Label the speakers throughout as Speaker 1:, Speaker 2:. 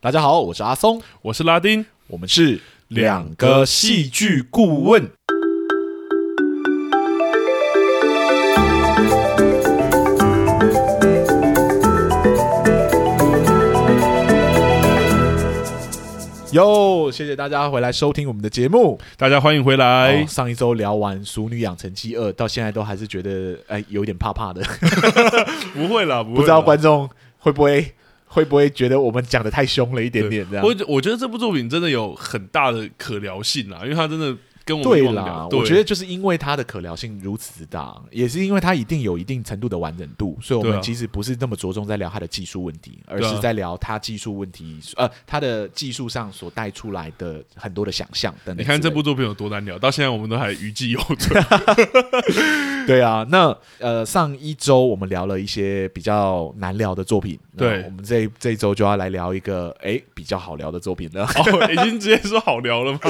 Speaker 1: 大家好，我是阿松，
Speaker 2: 我是拉丁，
Speaker 1: 我们是两个戏剧顾问。哟，谢谢大家回来收听我们的节目。
Speaker 2: 大家欢迎回来。
Speaker 1: 哦上一周聊完《熟女养成记二》，到现在都还是觉得哎有点怕怕的，
Speaker 2: 不会啦，不会啦啊
Speaker 1: 不知道观众会不会会不会觉得我们讲的太凶了一点点这样。
Speaker 2: 我我觉得这部作品真的有很大的可聊性啊啦，因为它真的跟我们
Speaker 1: 对
Speaker 2: 以往
Speaker 1: 啦
Speaker 2: 聊，，对
Speaker 1: 我觉得就是因为它的可聊性如此之大，也是因为它一定有一定程度的完整度，所以我
Speaker 2: 对
Speaker 1: 们
Speaker 2: 啊
Speaker 1: 其实不是那么着重在聊它的技术问题，而
Speaker 2: 对啊
Speaker 1: 是在聊它技术问题，呃，它的技术上所带出来的很多的想象等等之类的。
Speaker 2: 你看这部作品有多难聊，到现在我们都还余悸犹 存。
Speaker 1: 对啊，那呃，上一周我们聊了一些比较难聊的作品，那
Speaker 2: 对
Speaker 1: 我们这一这一周就要来聊一个哎比较好聊的作品了。
Speaker 2: 哦，已经直接说好聊了吗？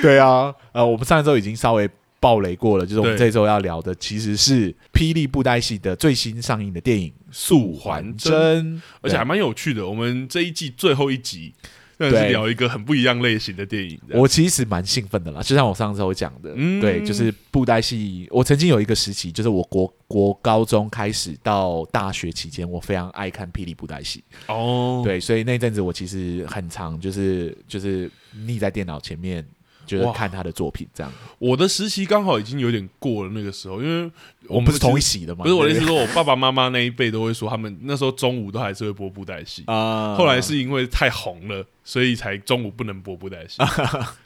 Speaker 1: 对啊，呃，我们上一周已经稍微爆雷过了，就是我们
Speaker 2: 对
Speaker 1: 这一周要聊的其实是霹雳布袋戏的最新上映的电影《素还
Speaker 2: 素
Speaker 1: 真》，
Speaker 2: 而且还蛮有趣的。我们这一季最后一集，那
Speaker 1: 对
Speaker 2: 是聊一个很不一样类型的电影。这样
Speaker 1: 我其实蛮兴奋的啦，就像我上周讲的，
Speaker 2: 嗯
Speaker 1: 对，就是布袋戏。我曾经有一个时期，就是我国国高中开始到大学期间，我非常爱看霹雳布袋戏。
Speaker 2: 哦，
Speaker 1: 对，所以那阵子我其实很常就是就是腻在电脑前面，就是
Speaker 2: 哇
Speaker 1: 看他的作品这样。
Speaker 2: 我的实习刚好已经有点过了那个时候，因为
Speaker 1: 我们不是同一
Speaker 2: 其实
Speaker 1: 喜的吗？
Speaker 2: 不是我的意
Speaker 1: 对
Speaker 2: 思，
Speaker 1: 对
Speaker 2: 说我爸爸妈妈那一辈都会说，他们那时候中午都还是会播布袋戏。
Speaker 1: 啊
Speaker 2: 后来是因为太红了，所以才中午不能播 布袋戏，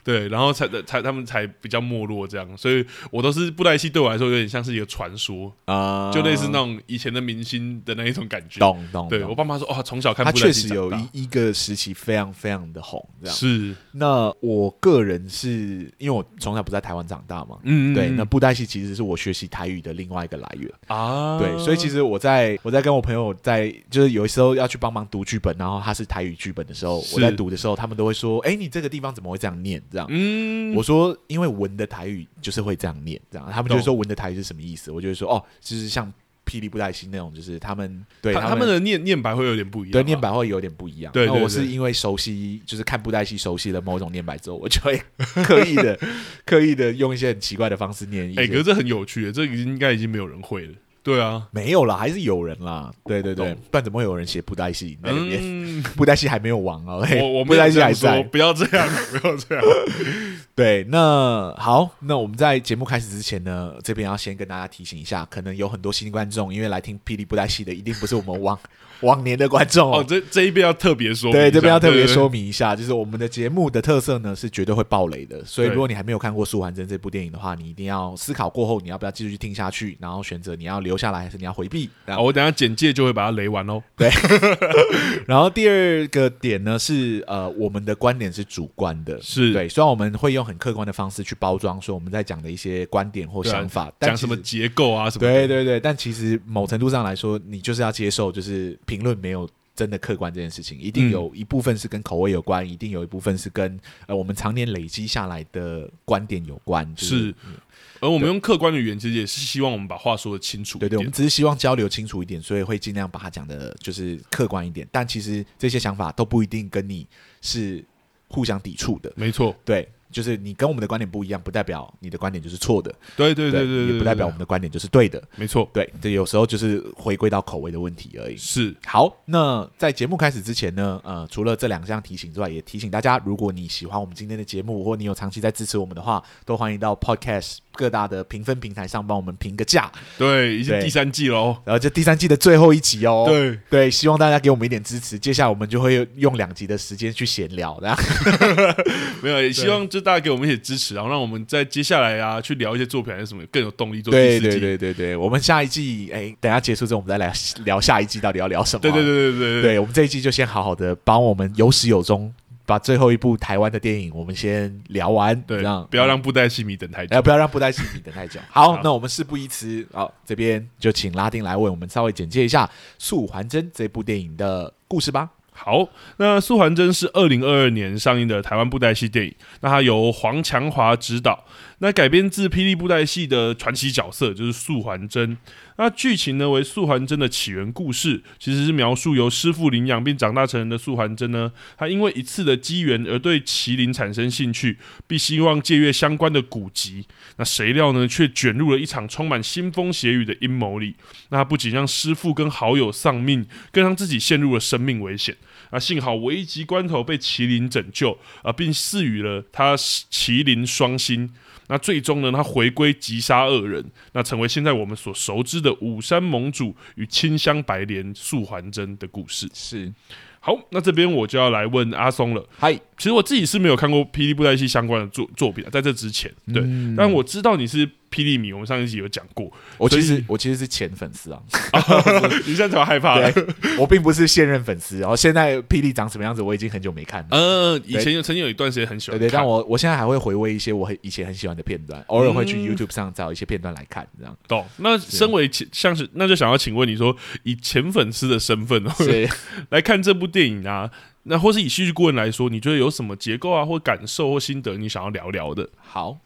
Speaker 2: 对，然后才才他们才比较没落这样，所以我都是布袋戏对我来说有点像是一个传说，
Speaker 1: 啊
Speaker 2: 就类似那种以前的明星的那一种感觉。
Speaker 1: 懂懂，
Speaker 2: 对
Speaker 1: 懂
Speaker 2: 我爸妈说，哦，从小看
Speaker 1: 他
Speaker 2: 布袋
Speaker 1: 确
Speaker 2: 戏
Speaker 1: 实
Speaker 2: 长
Speaker 1: 有
Speaker 2: 大
Speaker 1: 一一个时期非常非常的红，这样。
Speaker 2: 是，嗯
Speaker 1: 那我个人是因为我从小不在台湾长大嘛，
Speaker 2: 嗯，
Speaker 1: 对，
Speaker 2: 嗯
Speaker 1: 那布袋戏其实是我学习台语的另外一个来源，
Speaker 2: 啊，
Speaker 1: 对，所以其实我在我在跟我朋友在就是有时候要去帮忙读剧本，然后他是台语剧本的时候，
Speaker 2: 是
Speaker 1: 我在读的时候，他们都会说，哎，你这个地方怎么会这样念？这样。
Speaker 2: 嗯，
Speaker 1: 我说，因为文的台语就是会这样念，这样他们就会说文的台语是什么意思？我就会说，哦，就是像霹雳布袋戏那种，就是他们对
Speaker 2: 他他们的念念白会有点不一样啊，
Speaker 1: 对念白会有点不一样。
Speaker 2: 对对
Speaker 1: 那我是
Speaker 2: 对
Speaker 1: 因为熟悉，就是看布袋戏熟悉了某种念白之后，我就会刻意 的、刻意的用一些很奇怪的方式念一些。
Speaker 2: 哎、可是这很有趣耶，这已经应该已经没有人会了。对啊，
Speaker 1: 没有啦，还是有人啦。对对对，
Speaker 2: 懂
Speaker 1: 不然怎么会有人写布袋戏在里面？
Speaker 2: 嗯，
Speaker 1: 布袋戏还没有亡哦，嘿
Speaker 2: 我我
Speaker 1: 布
Speaker 2: 没有
Speaker 1: 袋
Speaker 2: 这
Speaker 1: 戏还
Speaker 2: 样说，
Speaker 1: 在。
Speaker 2: 不要这样， 不要这样。
Speaker 1: 对，那好，那我们在节目开始之前呢，这边要先跟大家提醒一下，可能有很多新观众，因为来听霹雳布袋戏的一定不是我 们往往年的观众
Speaker 2: 哦，这这一边要特别说明一下，
Speaker 1: 对，这边要特别
Speaker 2: 对
Speaker 1: 说明一下，就是我们的节目的特色呢是绝对会爆雷的，所以
Speaker 2: 对
Speaker 1: 如果你还没有看过《素还真》这部电影的话，你一定要思考过后，你要不要继续听下去，然后选择你要留下来还是你要回避。然
Speaker 2: 好，
Speaker 1: 后，
Speaker 2: 啊我等一下简介就会把它雷完哦。
Speaker 1: 然后第二个点呢是呃，我们的观点是主观的，
Speaker 2: 是
Speaker 1: 对，虽然我们会用很客观的方式去包装说我们在讲的一些观点或
Speaker 2: 对啊
Speaker 1: 想法，但
Speaker 2: 讲什么
Speaker 1: 其实
Speaker 2: 结构啊什么的？
Speaker 1: 对对对，但其实某程度上来说，你就是要接受，就是评论没有真的客观这件事情，一定
Speaker 2: 嗯，
Speaker 1: 有一部分是跟口味有关，一定有一部分是跟呃我们常年累积下来的观点有关。就是
Speaker 2: 而我们用客观的语言，其实也是希望我们把话说的清楚一
Speaker 1: 对对，我们
Speaker 2: 点。
Speaker 1: 只是希望交流清楚一点，所以会尽量把它讲的，就是客观一点。但其实这些想法都不一定跟你是互相抵触的，
Speaker 2: 没错，
Speaker 1: 对。就是你跟我们的观点不一样，不代表你的观点就是错的，
Speaker 2: 对对对对，
Speaker 1: 也不代表我们的观点就是对的，
Speaker 2: 没错，
Speaker 1: 对，这有时候就是回归到口味的问题而已。
Speaker 2: 是
Speaker 1: 好，那在节目开始之前呢，呃，除了这两项提醒之外，也提醒大家，如果你喜欢我们今天的节目，或你有长期在支持我们的话，都欢迎到 Podcast 各大的评分平台上帮我们评个价。
Speaker 2: 对，已
Speaker 1: 对
Speaker 2: 经第三季喽。
Speaker 1: 然后这第三季的最后一集哦，
Speaker 2: 对，
Speaker 1: 希望大家给我们一点支持。接下来我们就会用两集的时间去闲聊，然后
Speaker 2: 没有，也希望就大家给我们一些支持，然后让我们在接下来啊去聊一些作品还是什么，更有动力做第
Speaker 1: 对
Speaker 2: 四
Speaker 1: 对
Speaker 2: 季。
Speaker 1: 对对对，我们下一季，哎，等一下结束之后，我们再来聊下一季到底要聊什么。
Speaker 2: 对对对对对对，
Speaker 1: 对，我们这一季就先好好的帮我们有始有终，把最后一部台湾的电影我们先聊完，这样嗯
Speaker 2: 对，不要让布袋戏迷等太久
Speaker 1: 哎，。不要让布袋戏迷等太久。好，
Speaker 2: 好
Speaker 1: 那我们事不宜迟，好，这边就请拉丁来为我们稍微简介一下《素还真》这部电影的故事吧。
Speaker 2: 好，那《素还真》是二零二二年上映的台湾布袋戏电影，那它由黄强华执导，那改编自霹雳布袋戏的传奇角色，就是素还真。那剧情呢为素还真的起源故事，其实是描述由师傅领养并长大成人的素还真呢，他因为一次的机缘而对麒麟产生兴趣，并希望借阅相关的古籍。那谁料呢，却卷入了一场充满腥风血雨的阴谋里。那他不仅让师傅跟好友丧命，更让自己陷入了生命危险。啊，幸好危急关头被麒麟拯救啊，并赐予了他麒麟双星。那最终呢，他回归击杀恶人，那成为现在我们所熟知的武山盟主与清香白莲素还真的故事。
Speaker 1: 是，
Speaker 2: 好，那这边我就要来问阿松了。
Speaker 1: 嗨，
Speaker 2: 其实我自己是没有看过霹雳布袋戏相关的作作品啊，在这之前，
Speaker 1: 嗯
Speaker 2: 对，但我知道你是霹雳迷，我们上一集有讲 过，
Speaker 1: 我其
Speaker 2: 所
Speaker 1: 实
Speaker 2: 以
Speaker 1: 我其实是前粉丝啊，
Speaker 2: 你现在才害怕了。
Speaker 1: 对，我并不是现任粉丝。然后现在霹雳长什么样子，我已经很久没看了。
Speaker 2: 呃，以前有曾经有一段时间很喜
Speaker 1: 对
Speaker 2: 欢
Speaker 1: 对，
Speaker 2: 呃看，
Speaker 1: 但我我现在还会回味一些我很以前很喜欢的片段，偶尔会去
Speaker 2: 嗯
Speaker 1: YouTube 上找一些片段来看，这样。
Speaker 2: 懂。那身为前像是那就想要请问你说，以前粉丝的身份哦
Speaker 1: 是，
Speaker 2: 来看这部电影啊，那或是以戏剧顾问来说，你觉得有什么结构啊，或感受或心得，你想要聊聊的？
Speaker 1: 好，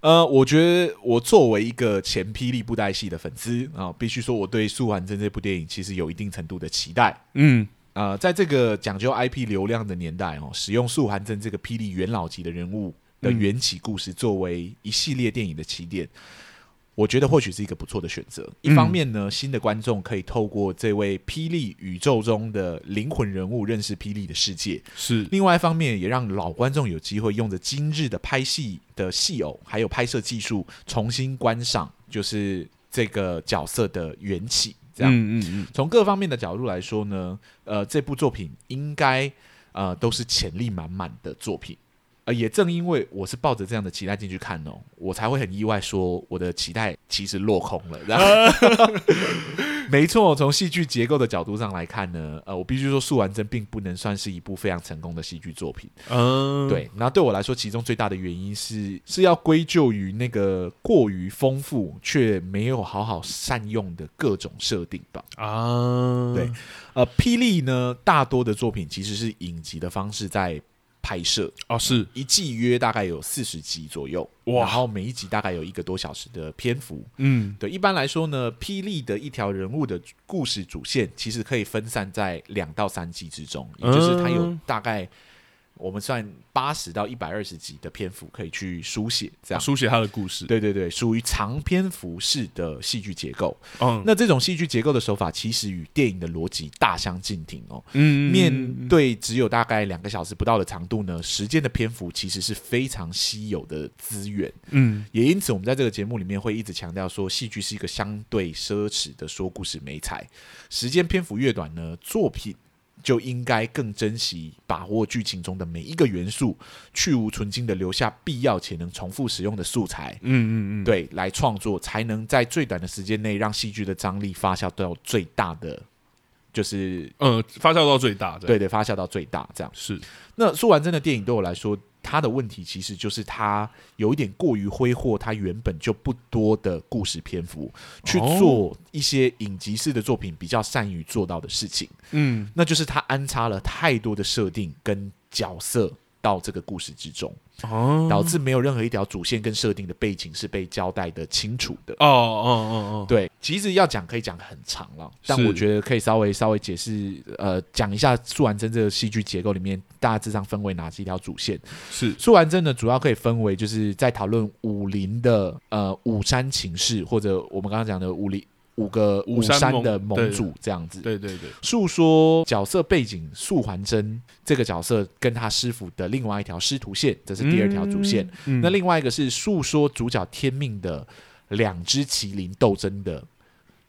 Speaker 1: 呃，我觉得我作为一个前霹雳布袋戏的粉丝啊、必须说我对《素还真》这部电影其实有一定程度的期待。
Speaker 2: 嗯，
Speaker 1: 呃，在这个讲究 IP 流量的年代哦，使用素还真这个霹雳元老级的人物的
Speaker 2: 嗯
Speaker 1: 缘起故事作为一系列电影的起点，我觉得或许是一个不错的选择。
Speaker 2: 嗯
Speaker 1: 一方面呢，新的观众可以透过这位霹雳宇宙中的灵魂人物认识霹雳的世界，
Speaker 2: 是
Speaker 1: 另外一方面，也让老观众有机会用着今日的拍戏的戏偶，还有拍摄技术，重新观赏就是这个角色的缘起。这样，
Speaker 2: 嗯嗯嗯，
Speaker 1: 从各方面的角度来说呢，呃，这部作品应该呃都是潜力满满的作品。呃，也正因为我是抱着这样的期待进去看哦，我才会很意外说我的期待其实落空了。然后 没错，从戏剧结构的角度上来看呢，呃，我必须说《素还真》并不能算是一部非常成功的戏剧作品。
Speaker 2: 嗯，
Speaker 1: 对，那对我来说，其中最大的原因是是要归咎于那个过于丰富却没有好好善用的各种设定吧。
Speaker 2: 啊，
Speaker 1: 对呃，霹雳呢，大多的作品其实是影集的方式在拍摄，
Speaker 2: 哦，是
Speaker 1: 一季约大概有四十集左右，
Speaker 2: 哇
Speaker 1: 然后每一集大概有一个多小时的篇幅。
Speaker 2: 嗯
Speaker 1: 对，一般来说呢，霹雳的一条人物的故事主线其实可以分散在两到三季之中，也就是它有
Speaker 2: 嗯
Speaker 1: 大概。我们算八十到一百二十集的篇幅可以去书写，这样、
Speaker 2: 哦书写他的故事，
Speaker 1: 对对对，属于长篇幅式的戏剧结构。
Speaker 2: 嗯
Speaker 1: 那这种戏剧结构的手法，其实与电影的逻辑大相径庭哦。
Speaker 2: 嗯
Speaker 1: 面对只有大概两个小时不到的长度呢，时间的篇幅其实是非常稀有的资源，
Speaker 2: 嗯
Speaker 1: 也因此我们在这个节目里面会一直强调说，戏剧是一个相对奢侈的说故事美材，时间篇幅越短呢，作品。就应该更珍惜把握剧情中的每一个元素，去无存精的留下必要且能重复使用的素材，
Speaker 2: 嗯嗯嗯，
Speaker 1: 对，来创作，才能在最短的时间内让戏剧的张力发酵到最大的，就是
Speaker 2: 呃，发酵到最大，这样
Speaker 1: 对对，发酵到最大这样。
Speaker 2: 是
Speaker 1: 那说完真的电影对我来说，它的问题其实就是它有一点过于挥霍它原本就不多的故事篇幅，去
Speaker 2: 哦
Speaker 1: 做一些影集式的作品比较善于做到的事情，
Speaker 2: 嗯
Speaker 1: 那就是它安插了太多的设定跟角色到这个故事之中，
Speaker 2: 哦
Speaker 1: 导致没有任何一条主线跟设定的背景是被交代的清楚的。
Speaker 2: 哦哦哦哦，
Speaker 1: 对，其实要讲可以讲很长了，但
Speaker 2: 是
Speaker 1: 我觉得可以稍微稍微解释，呃，讲一下素还真这个戏剧结构里面大致上分为哪几条主线。
Speaker 2: 是
Speaker 1: 素还真呢，主要可以分为就是在讨论武林的呃武山情势，或者我们刚刚讲的武林五个
Speaker 2: 武
Speaker 1: 武
Speaker 2: 山
Speaker 1: 山
Speaker 2: 盟
Speaker 1: 的盟
Speaker 2: 对
Speaker 1: 主这样子。
Speaker 2: 对对对，
Speaker 1: 述说角色背景，素还真这个角色跟他师傅的另外一条师徒线，这是第二条主线。
Speaker 2: 嗯，嗯
Speaker 1: 那另外一个是述说主角天命的两只麒麟斗争的，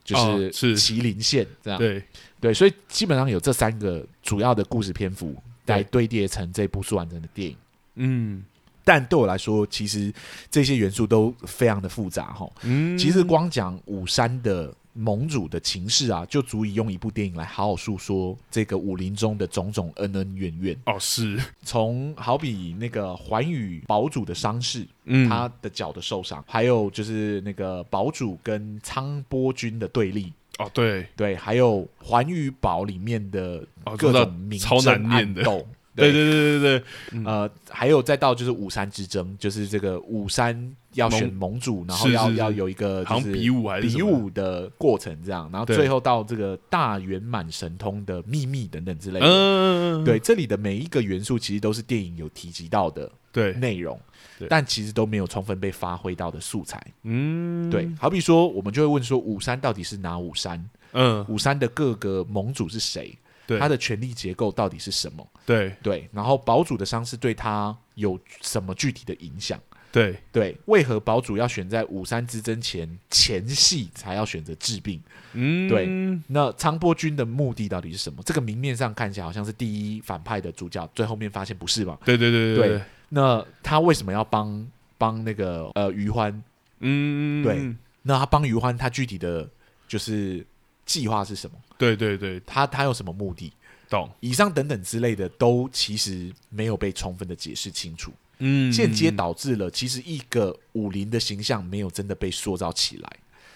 Speaker 1: 就
Speaker 2: 哦
Speaker 1: 是
Speaker 2: 是
Speaker 1: 麒麟线这样。
Speaker 2: 对
Speaker 1: 对，所以基本上有这三个主要的故事篇幅
Speaker 2: 对
Speaker 1: 来堆叠成这部《素完整》的电影。
Speaker 2: 嗯
Speaker 1: 但对我来说，其实这些元素都非常的复杂哈。
Speaker 2: 嗯，
Speaker 1: 其实光讲武山的盟主的情势啊，就足以用一部电影来好好诉说这个武林中的种种恩恩怨怨。
Speaker 2: 哦是，
Speaker 1: 从好比那个寰宇堡主的伤势，
Speaker 2: 嗯
Speaker 1: 他的脚的受伤，还有就是那个堡主跟苍波君的对立，
Speaker 2: 哦，对，
Speaker 1: 对，还有《环宇堡》里面的
Speaker 2: 哦，
Speaker 1: 各
Speaker 2: 知道
Speaker 1: 种明
Speaker 2: 超
Speaker 1: 争
Speaker 2: 难念
Speaker 1: 暗
Speaker 2: 的
Speaker 1: 斗，
Speaker 2: 对对对对对，
Speaker 1: 呃，还有再到就是五山之争，就是这个五山要
Speaker 2: 盟
Speaker 1: 选盟主，然后
Speaker 2: 是
Speaker 1: 要
Speaker 2: 是
Speaker 1: 要
Speaker 2: 是
Speaker 1: 有一个
Speaker 2: 好
Speaker 1: 呃就
Speaker 2: 像
Speaker 1: 是
Speaker 2: 比武还是什
Speaker 1: 比
Speaker 2: 么的，
Speaker 1: 武的过程这样，然后
Speaker 2: 对
Speaker 1: 最后到这个大圆满神通的秘密等等之类的。
Speaker 2: 嗯，
Speaker 1: 对，这里的每一个元素其实都是电影有提及到的
Speaker 2: 对，
Speaker 1: 内容
Speaker 2: 对，
Speaker 1: 但其实都没有充分被发挥到的素材。
Speaker 2: 嗯，
Speaker 1: 对，，好比说，我们就会问说，武山到底是哪五山？
Speaker 2: 嗯，
Speaker 1: 武山的各个盟主是谁？
Speaker 2: 对
Speaker 1: 他的权力结构到底是什么？
Speaker 2: 对嗯
Speaker 1: 对，然后堡主的伤势对他有什么具体的影响？
Speaker 2: 对，
Speaker 1: 对，为何堡主要选在武山之争前前戏才要选择治病？
Speaker 2: 嗯，
Speaker 1: 对那昌波君的目的到底是什么？这个明面上看起来好像是第一反派的主角，最后面发现不是嘛？
Speaker 2: 对对对
Speaker 1: 对，那他为什么要帮帮那个呃于欢？
Speaker 2: 嗯，
Speaker 1: 对那他帮于欢，他具体的就是计划是什么？
Speaker 2: 对对对，
Speaker 1: 他他有什么目的？
Speaker 2: 懂，
Speaker 1: 以上等等之类的，都其实没有被充分的解释清楚，
Speaker 2: 嗯，
Speaker 1: 间接导致了其实一个武林的形象没有真的被塑造起来。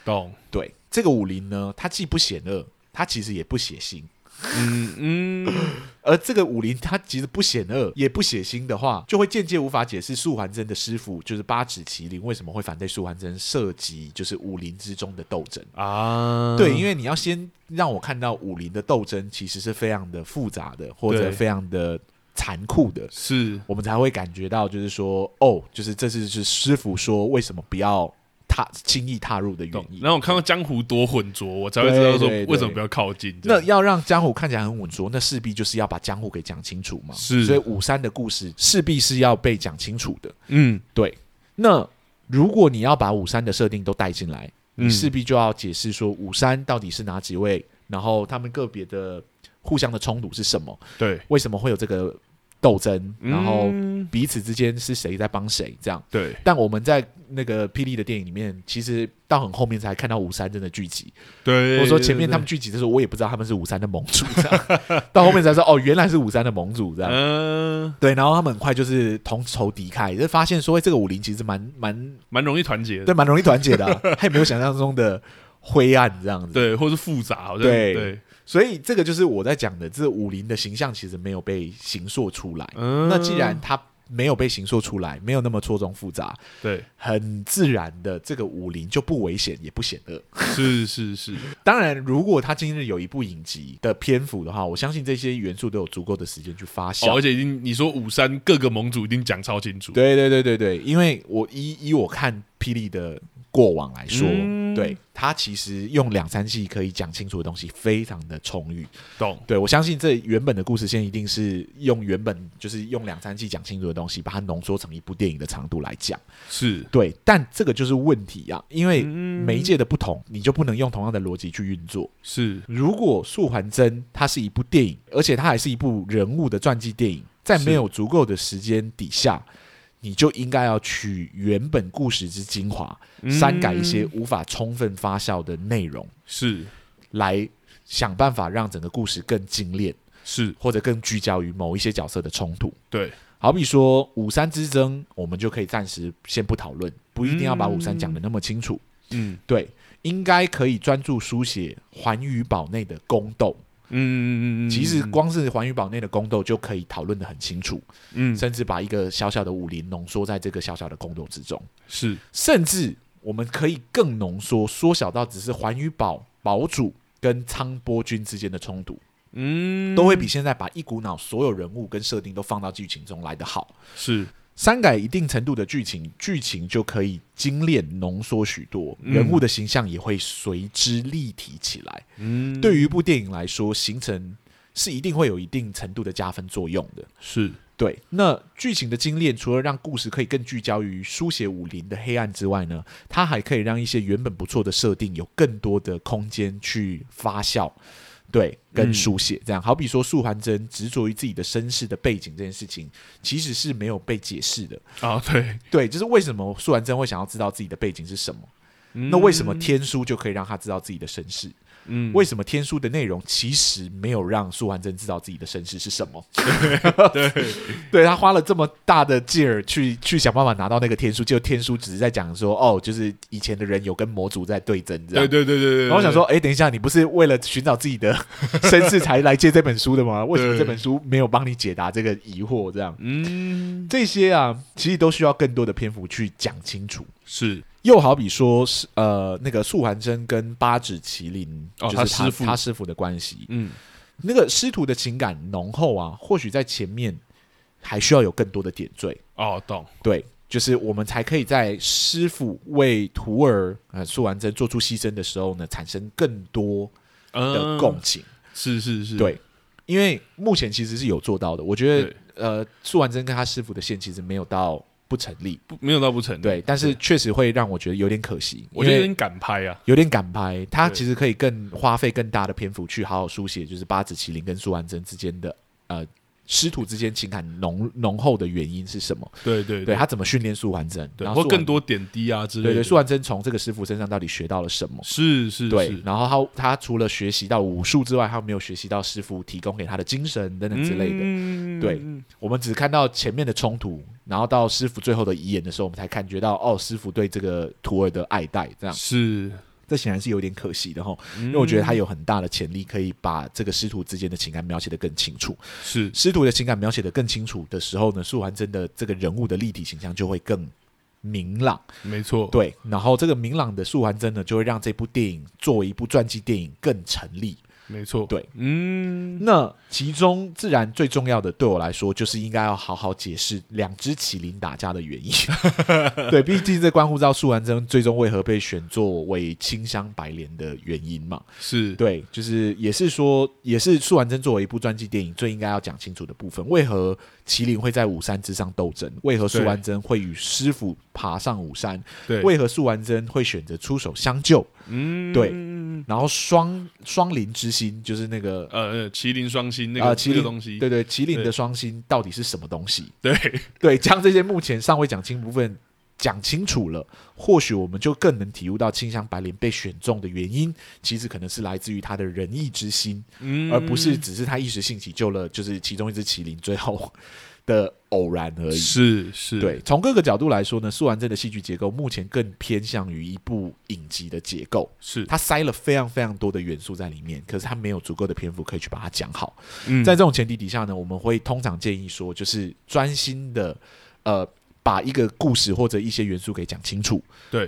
Speaker 2: 懂，
Speaker 1: 对这个武林呢，它既不险恶，它其实也不血腥。
Speaker 2: 嗯 嗯，
Speaker 1: 而这个武林它其实不险恶，也不血腥的话，就会间接无法解释素还真的师傅就是八指麒麟为什么会反对素还真涉及就是武林之中的斗争。
Speaker 2: 啊，
Speaker 1: 对，因
Speaker 2: 为
Speaker 1: 为你要先让我看到武林的斗争其实是非常的复杂的，或
Speaker 2: 对
Speaker 1: 者非常的残酷的，
Speaker 2: 是
Speaker 1: 我们才会感觉到就是说，哦，就是这是是师傅说为什么不要踏轻易踏入的原
Speaker 2: 懂。
Speaker 1: 因。
Speaker 2: 然后我看到江湖多混浊，我才会知道说
Speaker 1: 对对对
Speaker 2: 为什么不要靠近。这
Speaker 1: 那
Speaker 2: 样
Speaker 1: 要让江湖看起来很稳拙，那势必就是要把江湖给讲清楚嘛。
Speaker 2: 是
Speaker 1: 所以武山的故事势必是要被讲清楚的。
Speaker 2: 嗯，
Speaker 1: 对，那如果你要把武山的设定都带进来，
Speaker 2: 嗯
Speaker 1: 你势必就要解释说武山到底是哪几位，然后他们个别的互相的冲突是什么，
Speaker 2: 对，
Speaker 1: 为什么会有这个斗争，然后
Speaker 2: 嗯
Speaker 1: 彼此之间是谁在帮谁这样。
Speaker 2: 对
Speaker 1: 但我们在那个霹雳的电影里面，其实到很后面才看到武山真的聚集，
Speaker 2: 对，
Speaker 1: 或者说前面
Speaker 2: 对
Speaker 1: 他们聚集的时候，我也不知道他们是武山的盟主，这样 到后面才说哦，原来是武山的盟主这样。
Speaker 2: 嗯，
Speaker 1: 对，然后他们很快就是同仇敌忾，就发现说，哎，这个武林其实蛮蛮
Speaker 2: 蛮容易团结的
Speaker 1: 对，，蛮容易团结 的啊、他也没有想象中的灰暗这样子。
Speaker 2: 对，或是复杂，好像
Speaker 1: 对
Speaker 2: 对，
Speaker 1: 所以这个就是我在讲的，这武林的形象其实没有被形塑出来。
Speaker 2: 嗯，
Speaker 1: 那既然它没有被形塑出来，没有那么错综复杂，
Speaker 2: 对，
Speaker 1: 很自然的，这个武林就不危险也不险恶。
Speaker 2: 是是 是，
Speaker 1: 当然，如果他今日有一部影集的篇幅的话，我相信这些元素都有足够的时间去发酵。
Speaker 2: 哦，而且已经你说五山各个盟主一定讲超清楚，
Speaker 1: 对对对对对，因为我依依我看霹雳的过往来说，
Speaker 2: 嗯
Speaker 1: 对他其实用两三季可以讲清楚的东西非常的充裕。
Speaker 2: 懂，
Speaker 1: 对我相信这原本的故事线一定是用原本就是用两三季讲清楚的东西，把它浓缩成一部电影的长度来讲。
Speaker 2: 是，
Speaker 1: 对，但这个就是问题啊，因为
Speaker 2: 嗯
Speaker 1: 媒介的不同，你就不能用同样的逻辑去运作。
Speaker 2: 是，
Speaker 1: 如果《素还真》它是一部电影，而且它还是一部人物的传记电影，在
Speaker 2: 是
Speaker 1: 没有足够的时间底下，
Speaker 2: 嗯
Speaker 1: 你就应该要取原本故事之精华，删改一些
Speaker 2: 嗯
Speaker 1: 无法充分发酵的内容，
Speaker 2: 是
Speaker 1: 来想办法让整个故事更精炼，
Speaker 2: 是，
Speaker 1: 或者更聚焦于某一些角色的冲突。
Speaker 2: 对，
Speaker 1: 好比说五山之争，我们就可以暂时先不讨论，不一定要把五山讲得那么清楚。
Speaker 2: 嗯
Speaker 1: 对，应该可以专注书写环宇堡内的宫斗。
Speaker 2: 嗯嗯嗯嗯，
Speaker 1: 其实光是环宇堡内的宫斗就可以讨论的很清楚，
Speaker 2: 嗯
Speaker 1: 甚至把一个小小的武林浓缩在这个小小的宫斗之中，
Speaker 2: 是
Speaker 1: 甚至我们可以更浓缩，缩小到只是环宇堡堡主跟仓波君之间的冲突，
Speaker 2: 嗯
Speaker 1: 都会比现在把一股脑所有人物跟设定都放到剧情中来得好。
Speaker 2: 是
Speaker 1: 删改一定程度的剧情，剧情就可以精炼浓缩许多，
Speaker 2: 嗯
Speaker 1: 人物的形象也会随之立体起来。
Speaker 2: 嗯
Speaker 1: 对于一部电影来说，形成是一定会有一定程度的加分作用的。
Speaker 2: 是
Speaker 1: 对，那剧情的精炼，除了让故事可以更聚焦于书写武林的黑暗之外呢，它还可以让一些原本不错的设定有更多的空间去发酵。对，跟
Speaker 2: 嗯
Speaker 1: 书写这样，好比说素还真执着于自己的身世的背景这件事情，其实是没有被解释的。
Speaker 2: 啊对，
Speaker 1: 对，就是为什么素还真会想要知道自己的背景是什么？那为什么
Speaker 2: 嗯
Speaker 1: 天书就可以让他知道自己的身世？
Speaker 2: 嗯，
Speaker 1: 为什么天书的内容其实没有让素还真知道自己的身世是什么？
Speaker 2: 对，
Speaker 1: 对他花了这么大的劲儿去去想办法拿到那个天书，结果天书只是在讲说，哦，就是以前的人有跟魔族在对争这样。
Speaker 2: 对对对对对。
Speaker 1: 然后我想说，，哎，等一下，你不是为了寻找自己 的身世才来借这本书的吗？为什么
Speaker 2: 对
Speaker 1: 这本书没有帮你解答这个疑惑？这样
Speaker 2: 嗯，
Speaker 1: 这些啊，其实都需要更多的篇幅去讲清楚。
Speaker 2: 是
Speaker 1: 又好比说是呃，那个素还真跟八指麒麟，就
Speaker 2: 哦
Speaker 1: 是
Speaker 2: 他
Speaker 1: 他
Speaker 2: 师父
Speaker 1: 他师傅的关系，
Speaker 2: 嗯，
Speaker 1: 那个师徒的情感浓厚啊，或许在前面还需要有更多的点缀。
Speaker 2: 哦，懂，
Speaker 1: 对，就是我们才可以在师傅为徒儿呃素完真做出牺牲的时候呢，产生更多的
Speaker 2: 嗯，
Speaker 1: 共情。
Speaker 2: 是是嗯是，
Speaker 1: 对因为目前其实是有做到的，我觉得
Speaker 2: 对
Speaker 1: 呃素完真跟他师傅的线其实没有到不成立，
Speaker 2: 不没有到不成，，
Speaker 1: 对，但是确实会让我觉得有点可惜，
Speaker 2: 嗯我觉得
Speaker 1: 因
Speaker 2: 有
Speaker 1: 为
Speaker 2: 点敢拍啊，
Speaker 1: 有点敢拍，他
Speaker 2: 对
Speaker 1: 其实可以更花费更大的篇幅去好好书写，就是八子麒麟跟素完真之间的呃师徒之间情感浓浓厚的原因是什么？
Speaker 2: 对对
Speaker 1: 对他怎么训练素完真，
Speaker 2: 对，
Speaker 1: 然后
Speaker 2: 或
Speaker 1: 素还
Speaker 2: 更多点滴啊之类
Speaker 1: 对
Speaker 2: 的，
Speaker 1: 对，素还真从这个师傅身上到底学到了什么？
Speaker 2: 是是
Speaker 1: 对
Speaker 2: 是，，
Speaker 1: 然后他他除了学习到武术之外，他有没有学习到师傅提供给他的精神等等之类的。
Speaker 2: 嗯的
Speaker 1: 对我们只看到前面的冲突，然后到师傅最后的遗言的时候，我们才感觉到哦，师傅对这个徒儿的爱戴，这样
Speaker 2: 是，
Speaker 1: 这显然是有点可惜的哈，
Speaker 2: 因
Speaker 1: 因为我觉得他
Speaker 2: 嗯
Speaker 1: 有很大的潜力可以把这个师徒之间的情感描写的更清楚。
Speaker 2: 嗯是
Speaker 1: 师徒的情感描写的更清楚的时候呢，素还真的这个人物的立体形象就会更明朗。
Speaker 2: 没错，
Speaker 1: 对，然后这个明朗的素还真呢，就会让这部电影作为一部传记电影更成立。
Speaker 2: 没错，
Speaker 1: 对，
Speaker 2: 嗯，
Speaker 1: 那其中自然最重要的，对我来说，就是应该要好好解释两只麒麟打架的原因。 对，毕竟这关乎到素还真最终为何被选作为清香白莲的原因嘛。
Speaker 2: 是，
Speaker 1: 对，就是也是说，也是素还真作为一部传记电影最应该要讲清楚的部分，为何麒麟会在五山之上斗争？为何素
Speaker 2: 对
Speaker 1: 还真会与师傅爬上五山？
Speaker 2: 对，
Speaker 1: 为何素还真会选择出手相救？
Speaker 2: 嗯，
Speaker 1: 对然后双双灵之心就是那个
Speaker 2: 呃，呃，麒麟双星那
Speaker 1: 啊
Speaker 2: 个
Speaker 1: 麒
Speaker 2: 那个
Speaker 1: 麟
Speaker 2: 东西，
Speaker 1: 对对，麒麟
Speaker 2: 对
Speaker 1: 的双心到底是什么东西？
Speaker 2: 对，
Speaker 1: 对，将这些目前尚未讲清部分讲清楚了，或许我们就更能体悟到清香白莲被选中的原因，其实可能是来自于他的仁义之心，
Speaker 2: 嗯，
Speaker 1: 而不是只是他一时兴起救了就是其中一只麒麟最后的偶然而已。
Speaker 2: 是是，
Speaker 1: 对，从各个角度来说呢，素还真的戏剧结构目前更偏向于一部影集的结构，
Speaker 2: 是，
Speaker 1: 它塞了非常非常多的元素在里面，可是它没有足够的篇幅可以去把它讲好。
Speaker 2: 嗯
Speaker 1: 在这种前提底下呢，我们会通常建议说，就是专心的，呃，把一个故事或者一些元素给讲清楚，
Speaker 2: 对，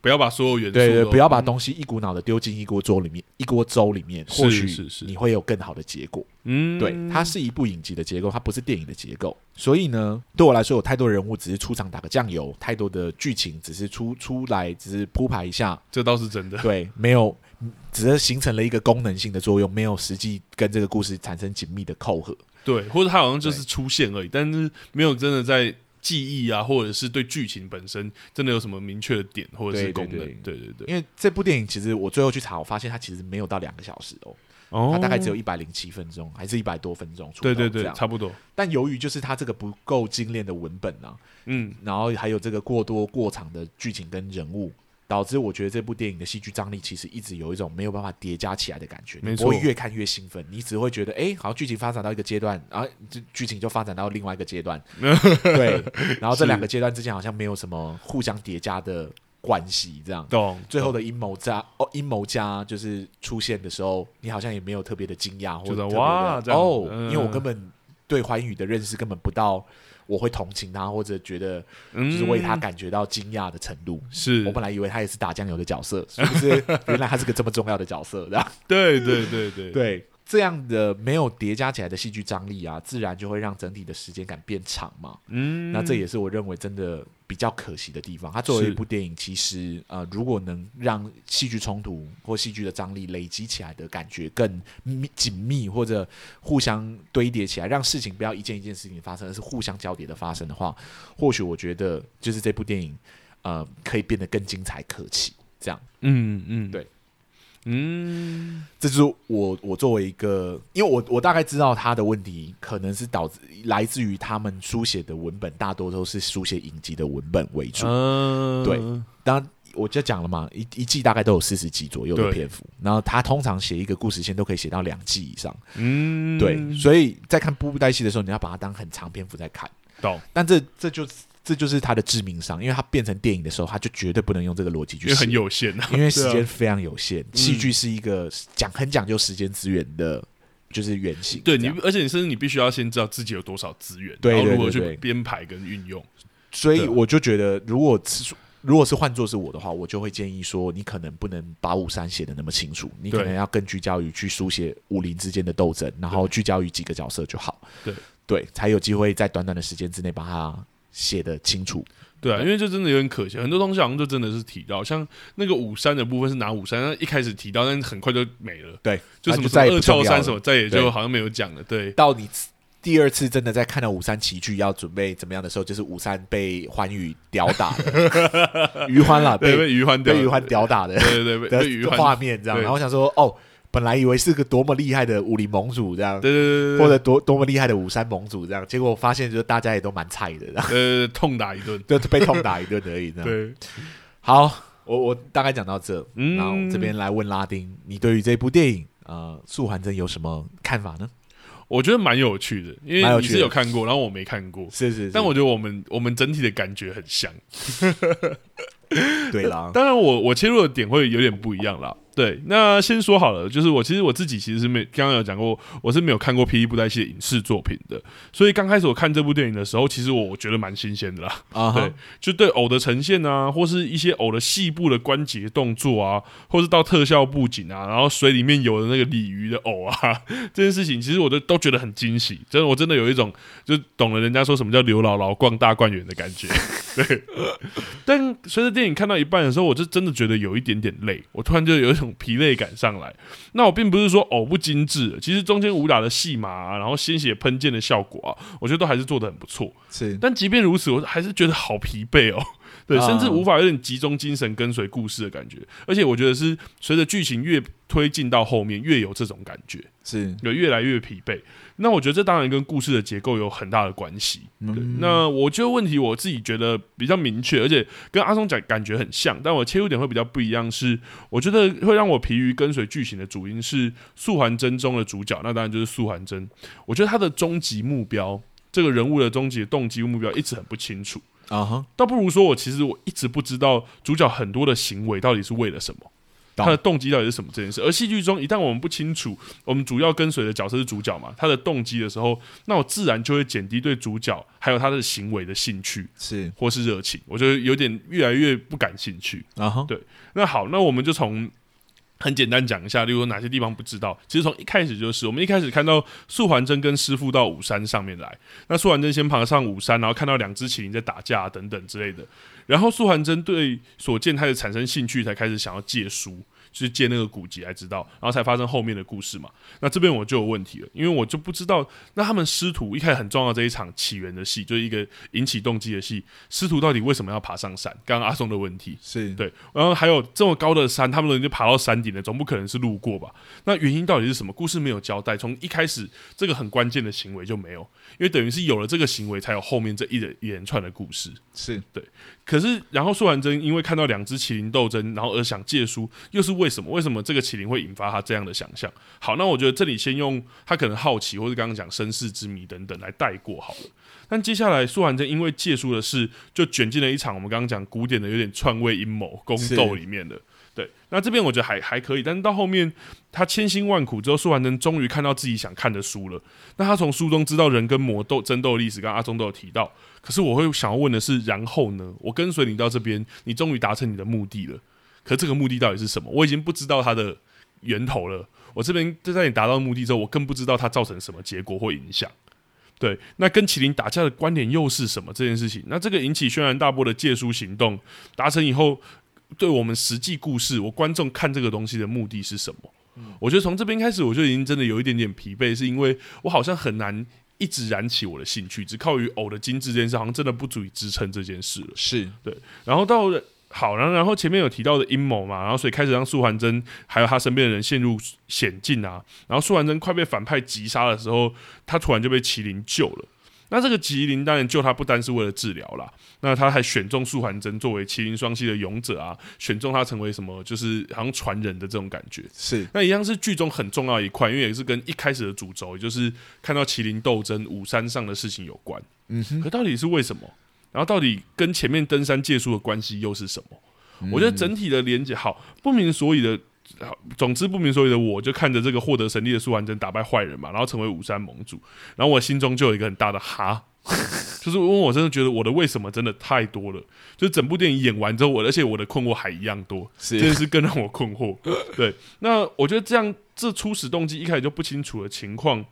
Speaker 2: 不要把所有元素
Speaker 1: 对对，
Speaker 2: 都嗯
Speaker 1: 不要把东西一股脑的丢进一锅粥里面，一锅粥里面，
Speaker 2: 是
Speaker 1: 或
Speaker 2: 是
Speaker 1: 许
Speaker 2: 是
Speaker 1: 你会有更好的结果。
Speaker 2: 嗯，
Speaker 1: 对，它是一部影集的结构，它不是电影的结构，所以呢，对我来说，有太多人物只是出场打个酱油，太多的剧情只是出出来只是铺排一 下，
Speaker 2: 这倒是真的，
Speaker 1: 对，没有。只是形成了一个功能性的作用，没有实际跟这个故事产生紧密的扣合。
Speaker 2: 对，或者他好像就是出现而已，但是没有真的在记忆啊，或者是对剧情本身真的有什么明确的点或者是
Speaker 1: 对
Speaker 2: 功
Speaker 1: 对
Speaker 2: 能，
Speaker 1: 对
Speaker 2: 对对对，
Speaker 1: 因为这部电影其实我最后去查，我发现它其实没有到两个小时哦，
Speaker 2: 哦
Speaker 1: 它大概只有一百零七分钟，还是一百多分钟出头
Speaker 2: 对对
Speaker 1: 这
Speaker 2: 对，
Speaker 1: 样
Speaker 2: 差不多，
Speaker 1: 但由于就是它这个不够精炼的文本啊，
Speaker 2: 嗯，
Speaker 1: 然后还有这个过多过长的剧情跟人物，导致我觉得这部电影的戏剧张力其实一直有一种没有办法叠加起来的感觉。
Speaker 2: 没
Speaker 1: 你不会
Speaker 2: 错
Speaker 1: 越看越兴奋，你只会觉得哎，好像剧情发展到一个阶段，然后这剧情就发展到另外一个阶 段，对，然后这两个阶段之间好像没有什么互相叠加的关系，这样。
Speaker 2: 懂，
Speaker 1: 最后的阴谋家哦，阴谋家就是出现的时候，你好像也没有特别的惊讶或
Speaker 2: 就
Speaker 1: 者
Speaker 2: 是
Speaker 1: 特别的
Speaker 2: 哇这样
Speaker 1: 哦，因
Speaker 2: 嗯
Speaker 1: 为我根本对欢宇的认识根本不到我会同情他或者觉得就
Speaker 2: 嗯，
Speaker 1: 是为他感觉到惊讶的程度。
Speaker 2: 是
Speaker 1: 我，本来以为他也是打酱油的角色， 是不是？原来他是个这么重要的角色，这样
Speaker 2: 对对对对，
Speaker 1: 对。这样的没有叠加起来的戏剧张力啊，自然就会让整体的时间感变长嘛。
Speaker 2: 嗯，
Speaker 1: 那这也是我认为真的比较可惜的地方。它作为
Speaker 2: 是
Speaker 1: 一部电影，其实呃，如果能让戏剧冲突或戏剧的张力累积起来的感觉更密紧密，或者互相堆叠起来，让事情不要一件一件事情发生，而是互相交叠的发生的话，或许我觉得就是这部电影呃可以变得更精彩可期。这样，
Speaker 2: 嗯嗯，
Speaker 1: 对，
Speaker 2: 嗯，
Speaker 1: 这就是我我作为一个，因为我我大概知道他的问题可能是导致来自于他们书写的文本大多都是书写影集的文本为主，
Speaker 2: 嗯，
Speaker 1: 对当然，我就讲了嘛，一一季大概都有四十集左右的
Speaker 2: 对
Speaker 1: 篇幅，然后他通常写一个故事线都可以写到两季以上，
Speaker 2: 嗯，
Speaker 1: 对，所以在看布布袋戏的时候，你要把它当很长篇幅在看，
Speaker 2: 懂，
Speaker 1: 但这这就这就是它的致命伤，因为它变成电影的时候，它就绝对不能用这个逻辑去
Speaker 2: 因为
Speaker 1: 写，
Speaker 2: 很有限啊，
Speaker 1: 因为
Speaker 2: 对
Speaker 1: 时
Speaker 2: 啊
Speaker 1: 间非常有限，戏剧是一个讲很讲究时间资源的，就是原型。
Speaker 2: 嗯对
Speaker 1: 这
Speaker 2: 你
Speaker 1: 样，
Speaker 2: 而且你甚至你必须要先知道自己有多少资源，
Speaker 1: 对
Speaker 2: 然后
Speaker 1: 对
Speaker 2: 如何
Speaker 1: 对
Speaker 2: 去
Speaker 1: 对
Speaker 2: 编排跟运用。
Speaker 1: 所以
Speaker 2: 对啊
Speaker 1: 我就觉得，如果是如果是换作是我的话，我就会建议说，你可能不能把五三写的那么清楚，你可
Speaker 2: 对
Speaker 1: 能要更聚焦于去书写武林之间的斗争，然后聚焦于几个角色就好。
Speaker 2: 对
Speaker 1: 对，才有机会在短短的时间之内把它写得清楚。
Speaker 2: 对啊，
Speaker 1: 对
Speaker 2: 因为这真的有点可惜，很多东西好像就真的是提到，像那个五三的部分是拿五三，那一开始提到，但是很快就没了，
Speaker 1: 对，
Speaker 2: 就
Speaker 1: 那
Speaker 2: 什么
Speaker 1: 再也
Speaker 2: 二
Speaker 1: 不重
Speaker 2: 翘
Speaker 1: 要
Speaker 2: 三
Speaker 1: 了
Speaker 2: 什么，再也
Speaker 1: 对
Speaker 2: 就好像没有讲了。对，
Speaker 1: 到你次第二次真的在看到五三奇剧要准备怎么样的时候，就是五三被欢宇屌打了， 余欢啦，
Speaker 2: 对，
Speaker 1: 被
Speaker 2: 被余欢掉了，
Speaker 1: 被余欢屌打的
Speaker 2: 对，对对，被被余
Speaker 1: 的
Speaker 2: 欢，
Speaker 1: 画面这样，
Speaker 2: 对
Speaker 1: 然后想说哦，本来以为是个多么厉害的武林盟主这样，
Speaker 2: 对对对对，
Speaker 1: 或者多多么厉害的五三盟主这样，结果发现就是大家也都蛮菜的，然后
Speaker 2: 呃痛打一顿。
Speaker 1: 就被痛打一顿而已这样。
Speaker 2: 对，
Speaker 1: 好，我我大概讲到这，
Speaker 2: 嗯
Speaker 1: 然后这边来问拉丁，你对于这部电影呃《素还真》有什么看法呢？
Speaker 2: 我觉得蛮有趣的，因
Speaker 1: 蛮
Speaker 2: 为
Speaker 1: 有
Speaker 2: 你
Speaker 1: 趣的
Speaker 2: 是有看过，然后我没看过，
Speaker 1: 是是是，
Speaker 2: 但我觉得我们我们整体的感觉很像。
Speaker 1: 对啦，
Speaker 2: 当然我，我切入的点会有点不一样啦。对，那先说好了，就是我其实我自己其实是没刚刚有讲过，我是没有看过《霹 E 雳布袋戏》的影视作品的，所以刚开始我看这部电影的时候，其实我我觉得蛮新鲜的啦。
Speaker 1: 啊哈
Speaker 2: 对，就对偶的呈现啊，或是一些偶的细部的关节动作啊，或是到特效布景啊，然后水里面有的那个鲤鱼的偶啊， 这件事情其实我都都觉得很惊喜，真的我真的有一种就懂了人家说什么叫刘姥姥逛大观园的感 觉。对，但随着电影看到一半的时候，我就真的觉得有一点点累，我突然就有一种疲累感上来。那我并不是说偶不精致，其实中间武打的戏码、啊，然后鲜血喷溅的效果啊，我觉得都还是做得很不错。
Speaker 1: 是
Speaker 2: 但即便如此，我还是觉得好疲惫哦。 对，
Speaker 1: 啊
Speaker 2: 甚至无法有点集中精神跟随故事的感觉，而且我觉得是随着剧情越推进到后面，越有这种感觉，
Speaker 1: 是，
Speaker 2: 有越来越疲惫。那我觉得这当然跟故事的结构有很大的关系。对，那我觉得问题我自己觉得比较明确，而且跟阿松讲感觉很像，但我切入点会比较不一样是，我觉得会让我疲于跟随剧情的主因是素还真中的主角，那当然就是素还真。我觉得他的终极目标，这个人物的终极动机目标一直很不清楚，
Speaker 1: 啊哈，
Speaker 2: 倒不如说我其实我一直不知道主角很多的行为到底是为了什么。
Speaker 1: 懂
Speaker 2: 他的动机到底是什么这件事？而戏剧中，一旦我们不清楚我们主要跟随的角色是主角嘛，他的动机的时候，那我自然就会减低对主角还有他的行为的兴趣
Speaker 1: 是
Speaker 2: 或是热情，我就有点越来越不感兴趣。
Speaker 1: 啊哈，
Speaker 2: 对那好，那我们就从很简单讲一下，例如说哪些地方不知道。其实从一开始就是，我们一开始看到素还真跟师傅到武山上面来，那素还真先爬上武山，然后看到两只麒麟在打架、啊、等等之类的，然后素还真对所见开始产生兴趣，才开始想要借书。就是借那个古籍来知道，然后才发生后面的故事嘛。那这边我就有问题了，因为我就不知道，那他们师徒一开始很重要的这一场起源的戏，就是一个引起动机的戏，师徒到底为什么要爬上山？刚刚阿松的问题，
Speaker 1: 是
Speaker 2: 对，然后还有这么高的山，他们人就爬到山顶了，总不可能是路过吧？那原因到底是什么？故事没有交代，从一开始这个很关键的行为就没有，因为等于是有了这个行为，才有后面这一连一连串的故事。
Speaker 1: 是
Speaker 2: 可是，然后素还真因为看到两只麒麟斗争，然后而想借书，又是为什么？为什么这个麒麟会引发他这样的想象？好，那我觉得这里先用他可能好奇，或者刚刚讲身世之谜等等来带过好了。但接下来，素还真因为借书的事，就卷进了一场我们刚刚讲古典的有点篡位阴谋宫斗里面的。对，那这边我觉得还还可以，但是到后面他千辛万苦之后，素还真终于看到自己想看的书了。那他从书中知道人跟魔斗争斗的历史，刚刚阿忠都有提到。可是我会想要问的是，然后呢？我跟随你到这边，你终于达成你的目的了。可这个目的到底是什么？我已经不知道它的源头了。我这边就在你达到目的之后，我更不知道它造成什么结果或影响。对，那跟麒麟打架的关联又是什么？这件事情，那这个引起轩然大波的借书行动达成以后，对我们实际故事，我观众看这个东西的目的是什么？我觉得从这边开始，我就已经真的有一点点疲惫，是因为我好像很难一直燃起我的兴趣，只靠于偶的精致这件事，好像真的不足以支撑这件事了。
Speaker 1: 是
Speaker 2: 然后到好，然后然后前面有提到的阴谋嘛，然后所以开始让素还真还有他身边的人陷入险境啊。然后素还真快被反派击杀的时候，他突然就被麒麟救了。那这个吉林当然救他不单是为了治疗啦，那他还选中素还真作为麒麟双栖的勇者啊，选中他成为什么就是好像传人的这种感觉。
Speaker 1: 是
Speaker 2: 那一样是剧中很重要的一块，因为也是跟一开始的主轴，也就是看到麒麟斗争武山上的事情有关。
Speaker 1: 嗯哼，
Speaker 2: 可到底是为什么？然后到底跟前面登山借书的关系又是什么？
Speaker 1: 嗯
Speaker 2: 我觉得整体的连接好不明所以的，好总之不明所以的，我就看着这个获得神力的苏完真打败坏人嘛，然后成为武山盟主，然后我心中就有一个很大的哈， 就是因为我真的觉得我的为什么真的太多了，就是整部电影演完之后，我而且我的困惑还一样多，这件
Speaker 1: 是
Speaker 2: 事更让我困惑。 对，那我觉得这样这初始动机一开始就不清楚的情况，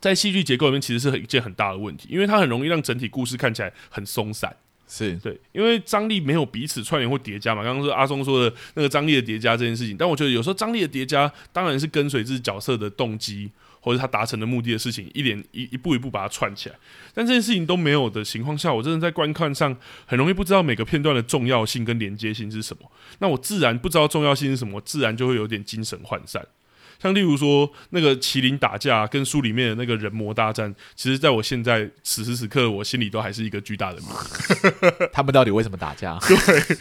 Speaker 2: 在戏剧结构里面其实是很一件很大的问题，因为它很容易让整体故事看起来很松散。
Speaker 1: 是
Speaker 2: 对，因为张力没有彼此串联或叠加嘛。刚刚是阿松说的那个张力的叠加这件事情，但我觉得有时候张力的叠加当然是跟随自己角色的动机或者他达成的目的的事情，一连一一步一步把它串起来。但这件事情都没有的情况下，我真的在观看上很容易不知道每个片段的重要性跟连接性是什么。那我自然不知道重要性是什么，自然就会有点精神涣散。像例如说，那个麒麟打架跟书里面的那个人魔大战，其实在我现在此时此刻，我心里都还是一个巨大的谜。
Speaker 1: 他们到底为什么打架？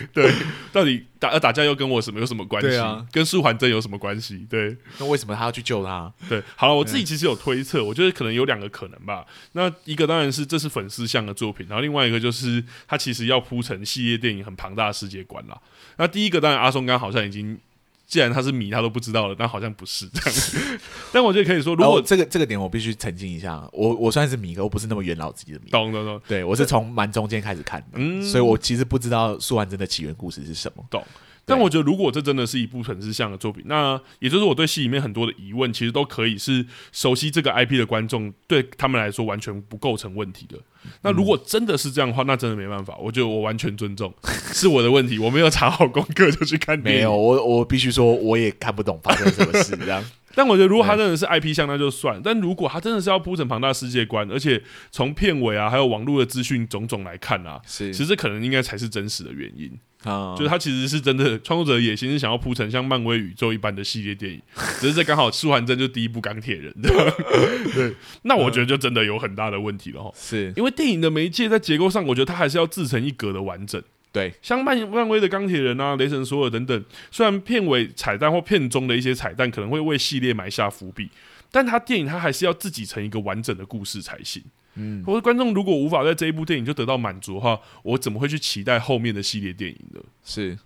Speaker 2: 到底打呃打架又跟我什么有什么关系？
Speaker 1: 对啊
Speaker 2: 跟舒缓真有什么关系？对
Speaker 1: 那为什么他要去救他？
Speaker 2: 对，好了，我自己其实有推测，我觉得可能有两个可能吧。那一个当然是这是粉丝向的作品，然后另外一个就是它其实要铺成系列电影很庞大的世界观啦。那第一个当然阿松刚好像已经。既然他是迷，他都不知道了，那好像不是这样 子。但我觉得可以说，如
Speaker 1: 然后
Speaker 2: 果
Speaker 1: 哦这个这个点我必须澄清一下，我我虽然是迷，可我不是那么元老级的迷，
Speaker 2: 懂懂懂
Speaker 1: 对我是从蛮中间开始看的，
Speaker 2: 嗯
Speaker 1: 所以我其实不知道素还真的起源故事是什么。
Speaker 2: 懂。但我觉得，如果这真的是一部粉丝向的作品，那也就是我对戏里面很多的疑问，其实都可以是熟悉这个 IP 的观众对他们来说完全不构成问题的。那如
Speaker 1: 嗯
Speaker 2: 果真的是这样的话，那真的没办法，我觉得我完全尊重， 是我的问题，我没有查好功课就去看
Speaker 1: 没
Speaker 2: 电影
Speaker 1: 有，。我我必须说，我也看不懂发生什么事。这样
Speaker 2: 但我觉得，如果他真的是 IP 向，那就算；但如果他真的是要铺成庞大世界观，而且从片尾啊，还有网络的资讯种种来看啊，
Speaker 1: 是
Speaker 2: 其实这可能应该 才是真实的原因。
Speaker 1: 啊，
Speaker 2: 就是他其实是真的创作者的野心是想要铺成像漫威宇宙一般的系列电影， 只是这刚好舒涵真就第一部钢铁人，对吧 对，那我觉得就真的有很大的问题了哈。
Speaker 1: 是
Speaker 2: 因为电影的媒介在结构上，我觉得它还是要自成一格的完整。
Speaker 1: 对
Speaker 2: 像漫漫威的钢铁人啊、雷神索尔等等，虽然片尾彩蛋或片中的一些彩蛋可能会为系列埋下伏笔，但他电影它还是要自己成一个完整的故事才行。嗯，或者观众如果无法在这一部电影就得到满足的话，我怎么会去期待后面的系列电影呢？
Speaker 1: 是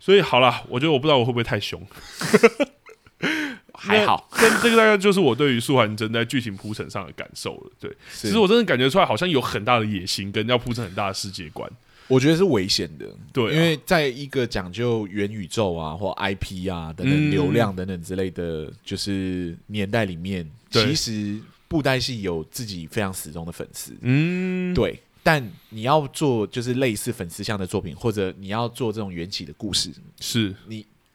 Speaker 2: 所以好啦，我觉得我不知道我会不会太凶，
Speaker 1: 还好，
Speaker 2: 但这个大概就是我对于素还真在剧情铺陈上的感受了。对，
Speaker 1: 其
Speaker 2: 其实我真的感觉出来，好像有很大的野心，跟要铺成很大的世界观。
Speaker 1: 我觉得是危险的，
Speaker 2: 对啊、
Speaker 1: 因为在一个讲究元宇宙啊或 IP 啊等等
Speaker 2: 嗯
Speaker 1: 流量等等之类的，就是年代里面，
Speaker 2: 对
Speaker 1: 其实布袋戏有自己非常死忠的粉丝，
Speaker 2: 嗯，
Speaker 1: 对。但你要做就是类似粉丝向的作品，或者你要做这种缘起的故事，
Speaker 2: 是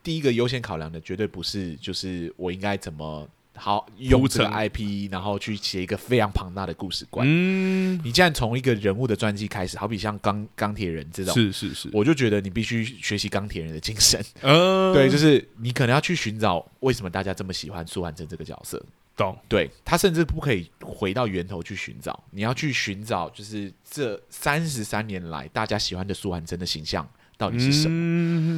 Speaker 1: 第一个优先考量的绝对不是就是我应该怎么好用这个
Speaker 2: 成
Speaker 1: IP，然后去写一个非常庞大的故事观。
Speaker 2: 嗯，
Speaker 1: 你既然从一个人物的传记开始，好比像钢钢铁人这种，
Speaker 2: 是是是，
Speaker 1: 我就觉得你必须学习钢铁人的精神。
Speaker 2: 呃，
Speaker 1: 对，就是是你可能要去寻找为什么大家这么喜欢苏完真这个角色。
Speaker 2: 懂，
Speaker 1: 对他甚至不可以回到源头去寻找，你要去寻找就是这三十三年来大家喜欢的苏完真的形象到底是什么，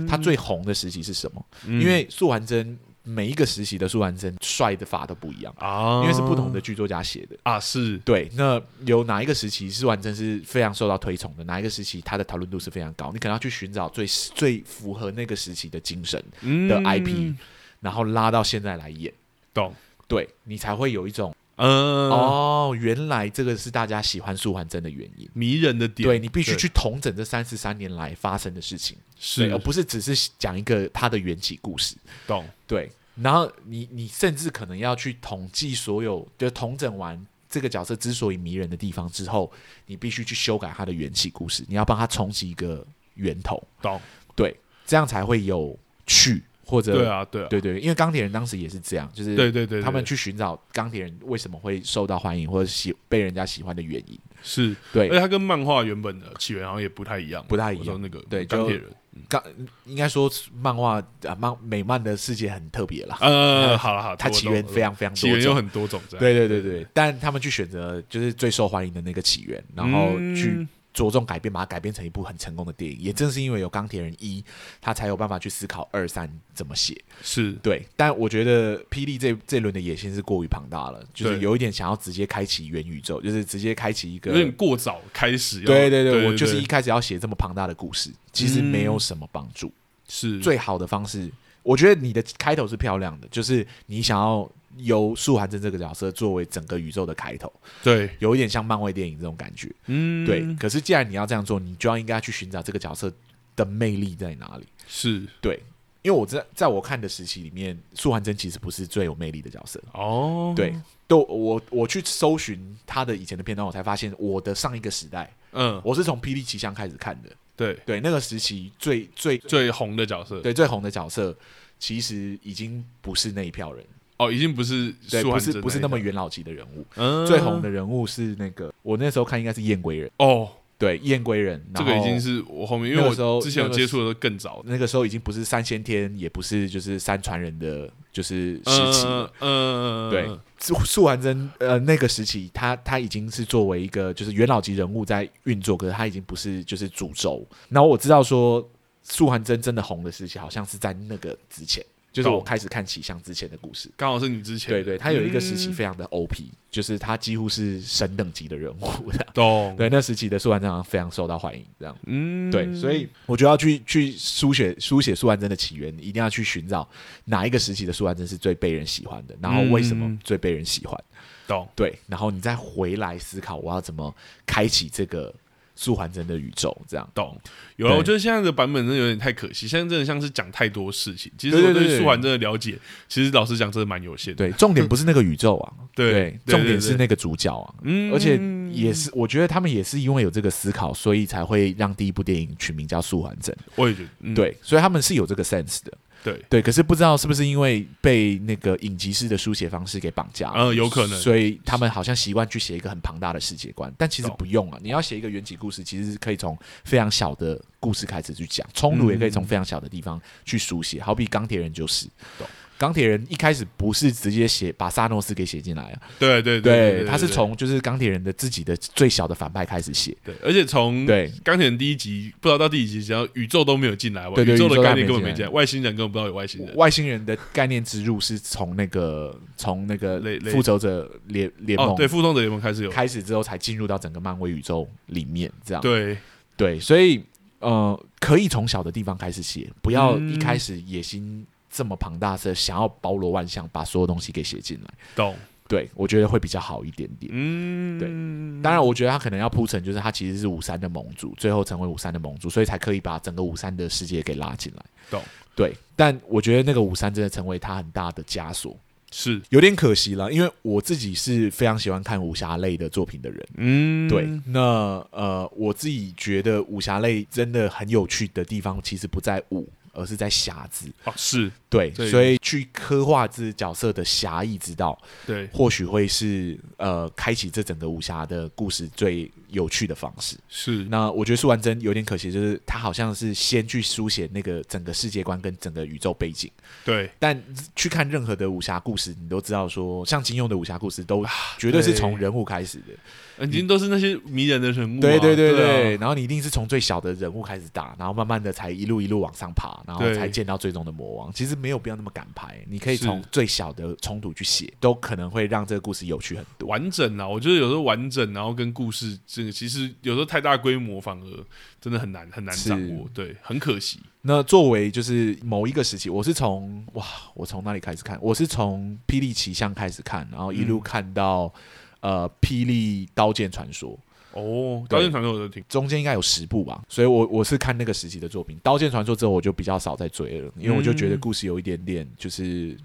Speaker 2: 么
Speaker 1: 他最红的时期是什么？
Speaker 2: 因
Speaker 1: 因为素还真每一个实习的素还真帅的法都不一样，
Speaker 2: 啊，
Speaker 1: 因为是不同的剧作家写的。
Speaker 2: 啊，是
Speaker 1: 对，那有哪一个时期素还真是非常受到推崇的？哪一个时期他的讨论度是非常高？你可能要去寻找最最符合那个时期的精神，
Speaker 2: 的
Speaker 1: IP 然后拉到现在来演，
Speaker 2: 嗯懂，
Speaker 1: 对你才会有一种、
Speaker 2: 呃，
Speaker 1: 哦，原来这个是大家喜欢素还真的原因。
Speaker 2: 迷人的点，
Speaker 1: 对你必须
Speaker 2: 对
Speaker 1: 去统整这三十三年来发生的事情，对，哦而
Speaker 2: 是
Speaker 1: 不是只是讲一个他的缘起故事。
Speaker 2: 懂，
Speaker 1: 对，然后你你甚至可能要去统计所有，就统整完这个角色之所以迷人的地方之后，你必须去修改他的缘起故事，你要帮他重启一个源头，
Speaker 2: 懂，
Speaker 1: 对，这样才会有趣或者
Speaker 2: 对啊，对啊，
Speaker 1: 对对，因为钢铁人当时也是这样，就是
Speaker 2: 对对对，
Speaker 1: 他们
Speaker 2: 对
Speaker 1: 去寻找钢铁人为什么会受到欢迎或者喜被人家喜欢的原因，
Speaker 2: 是，而
Speaker 1: 对
Speaker 2: 且它跟漫画原本的起源好像也不太一样，
Speaker 1: 不太一
Speaker 2: 我说
Speaker 1: 样。
Speaker 2: 那个
Speaker 1: 对
Speaker 2: 钢铁人
Speaker 1: 刚应该说漫画啊漫美漫的世界很特别啦，
Speaker 2: 呃，好了好了，
Speaker 1: 它
Speaker 2: 我
Speaker 1: 起
Speaker 2: 懂
Speaker 1: 源
Speaker 2: 我
Speaker 1: 非常非常多
Speaker 2: 懂起源
Speaker 1: 种
Speaker 2: 有很多种，这样
Speaker 1: 对对对对，但他们去选择就是最受欢迎的那个起源，然后去
Speaker 2: 嗯
Speaker 1: 着重改编，把它改编成一部很成功的电影。也正是因为有钢铁人一，他才有办法去思考二三怎么写。
Speaker 2: 是
Speaker 1: 对，但我觉得霹雳这这轮的野心是过于庞大了，就是
Speaker 2: 对
Speaker 1: 有一点想要直接开启元宇宙，就是直接开启一个
Speaker 2: 有。点过早开始要。
Speaker 1: 对对
Speaker 2: 对
Speaker 1: 对，我就是一开始要写这么庞大的故事，其实没有什么帮助。
Speaker 2: 是
Speaker 1: 最好的方式，我觉得你的开头是漂亮的，就是你想要由素寒真这个角色作为整个宇宙的开头，
Speaker 2: 对，
Speaker 1: 有一点像漫威电影这种感觉。
Speaker 2: 嗯，
Speaker 1: 对，可是既然你要这样做，你就要应该去寻找这个角色的魅力在哪里。
Speaker 2: 是
Speaker 1: 对，因为我在在我看的时期里面，素还真其实不是最有魅力的角色。
Speaker 2: 哦，
Speaker 1: 对，，都我我去搜寻他的以前的片段，我才发现我的上一个时代，
Speaker 2: 嗯，
Speaker 1: 我是从《霹雳奇象》开始看的。
Speaker 2: 对，
Speaker 1: 对，那个时期最最
Speaker 2: 最红的角色，
Speaker 1: 对最红的角色，其实已经不是那一票人，
Speaker 2: 哦，已经不是
Speaker 1: 对，
Speaker 2: 舒
Speaker 1: 不
Speaker 2: 涵
Speaker 1: 是
Speaker 2: 真
Speaker 1: 不是
Speaker 2: 一
Speaker 1: 那么
Speaker 2: 种，
Speaker 1: 元老级的人物。
Speaker 2: 嗯，
Speaker 1: 最红的人物是那个，我那时候看应该是燕归人，
Speaker 2: 哦，
Speaker 1: 对，燕归人，
Speaker 2: 这
Speaker 1: 然
Speaker 2: 个已
Speaker 1: 后
Speaker 2: 经是我后面，因
Speaker 1: 那
Speaker 2: 为
Speaker 1: 个时
Speaker 2: 我
Speaker 1: 候
Speaker 2: 之前有
Speaker 1: 那个
Speaker 2: 接触的更早的
Speaker 1: 那个时候已经不是三先天，也不是就是三传人的就是时期了。，
Speaker 2: 嗯，嗯
Speaker 1: 对，素素还真呃那个时期，他他已经是作为一个就是元老级人物在运作，可是他已经不是就是主轴。然后我知道说素还真真的红的时期，好像是在那个之前，就是我
Speaker 2: 懂
Speaker 1: 开始看启象之前的故事。
Speaker 2: 刚好是你之前
Speaker 1: 对
Speaker 2: 的，
Speaker 1: 对，他有一个时期
Speaker 2: 嗯
Speaker 1: 非常的 OP，、就是他几乎是神等级的人物的。
Speaker 2: 懂，
Speaker 1: 对，那时期的素还真好像非常受到欢迎，这样。
Speaker 2: 嗯，
Speaker 1: 对，所以我觉得要去去书写书写苏完真的起源，一定要去寻找哪一个时期的苏完真是最被人喜欢的，然后为什么
Speaker 2: 嗯
Speaker 1: 最被人喜欢？
Speaker 2: 懂，
Speaker 1: 对，然后你再回来思考我要怎么开启这个苏完真的宇宙，这样。
Speaker 2: 懂，有啊了。我
Speaker 1: 对
Speaker 2: 觉得现在的版本真的有点太可惜，现在真的像是讲太多事情。其实
Speaker 1: 对
Speaker 2: 我
Speaker 1: 对对
Speaker 2: 对
Speaker 1: 对
Speaker 2: 舒缓真的了解，其实老实讲真的蛮有限的。
Speaker 1: 对，重点不是那个宇宙啊，
Speaker 2: 嗯 对对
Speaker 1: 重
Speaker 2: 对
Speaker 1: 点是
Speaker 2: 对
Speaker 1: 那个主角啊。
Speaker 2: 嗯
Speaker 1: 而且也是，我觉得他们也是因为有这个思考，所以才会让第一部电影取名叫《素还真》。
Speaker 2: 我也觉得，嗯、
Speaker 1: 对，所以他们是有这个 sense 的。
Speaker 2: 对，
Speaker 1: 对，可是不知道是不是因为被那个影集式的书写方式给绑架了，
Speaker 2: 呃有可能
Speaker 1: 所以他们好像习惯去写一个很庞大的世界观，但其实
Speaker 2: 懂
Speaker 1: 不用啊。你要写一个原起故事，其实是可以从非常小的故事开始去讲，冲突也可以从非常小的地方去书写。好比钢铁人就是，
Speaker 2: 懂
Speaker 1: 钢铁人一开始不是直接写把萨诺斯给写进来啊，
Speaker 2: 对对对，
Speaker 1: 他是从就是钢铁人的自己的最小的反派开始写，
Speaker 2: 对，而且从
Speaker 1: 对
Speaker 2: 钢铁人第一集不知道到第几集，只要宇宙都没有进来，
Speaker 1: 对对
Speaker 2: 宇宙
Speaker 1: 宇
Speaker 2: 的
Speaker 1: 宙
Speaker 2: 概
Speaker 1: 都
Speaker 2: 念
Speaker 1: 没
Speaker 2: 根本
Speaker 1: 进
Speaker 2: 没
Speaker 1: 来
Speaker 2: 进来，外星人根本不知道有外星人。
Speaker 1: 外星人的概念植入是从那个从那个
Speaker 2: 雷雷
Speaker 1: 复仇者联联
Speaker 2: 哦
Speaker 1: 盟，
Speaker 2: 对，复仇者联盟开始有，
Speaker 1: 开始之后才进入到整个漫威宇宙里面，这样
Speaker 2: 对
Speaker 1: 对所以呃，可以从小的地方开始写，不要
Speaker 2: 嗯
Speaker 1: 一开始野心这么庞大，是想要包罗万象，把所有东西给写进来。
Speaker 2: 懂，
Speaker 1: 对我觉得会比较好一点点。
Speaker 2: 嗯，对
Speaker 1: 当然，我觉得他可能要铺陈，就是他其实是五三的盟主，最后成为五三的盟主，所以才可以把整个五三的世界给拉进来。
Speaker 2: 懂？
Speaker 1: 对，但我觉得那个五三真的成为他很大的枷锁，
Speaker 2: 是，
Speaker 1: 有点可惜了。因为我自己是非常喜欢看武侠类的作品的人，
Speaker 2: 嗯，
Speaker 1: 对，那呃，我自己觉得武侠类真的很有趣的地方，其实不在武，而是在侠字。
Speaker 2: 哦，是
Speaker 1: 对，
Speaker 2: 对
Speaker 1: 所以去刻画这角色的侠义之道，
Speaker 2: 对，
Speaker 1: 或许会是呃，开启这整个武侠的故事最有趣的方式。
Speaker 2: 是
Speaker 1: 那我觉得苏完真有点可惜，就是他好像是先去书写那个整个世界观跟整个宇宙背景，
Speaker 2: 对，
Speaker 1: 但去看任何的武侠故事，你都知道说，像金庸的武侠故事都绝对是
Speaker 2: 对
Speaker 1: 从人物开始的。
Speaker 2: 已经都是那些迷人的人物啊，
Speaker 1: 对对对
Speaker 2: 对
Speaker 1: 对，
Speaker 2: 啊，
Speaker 1: 然后你一定是从最小的人物开始打，然后慢慢的才一路一路往上爬，然后
Speaker 2: 对
Speaker 1: 才见到最终的魔王。其实没有必要那么赶拍，你可以
Speaker 2: 是
Speaker 1: 从最小的冲突去写，都可能会让这个故事有趣很多。
Speaker 2: 完整啊，我觉得有时候完整，然后跟故事这个其实有时候太大规模反而真的很难很难
Speaker 1: 是
Speaker 2: 掌握，对，很可惜。
Speaker 1: 那作为就是某一个时期，我是从哇，我从哪里开始看？我是从《霹雳奇象》开始看，然后一路
Speaker 2: 嗯
Speaker 1: 看到、呃《霹雳刀剑传说》。
Speaker 2: 哦，
Speaker 1: 对
Speaker 2: 刀剑传说我都听，
Speaker 1: 中间应该有十部吧，所以我我是看那个时期的作品，《刀剑传说》之后我就比较少再追了，因为我就觉得故事有一点点就是嘖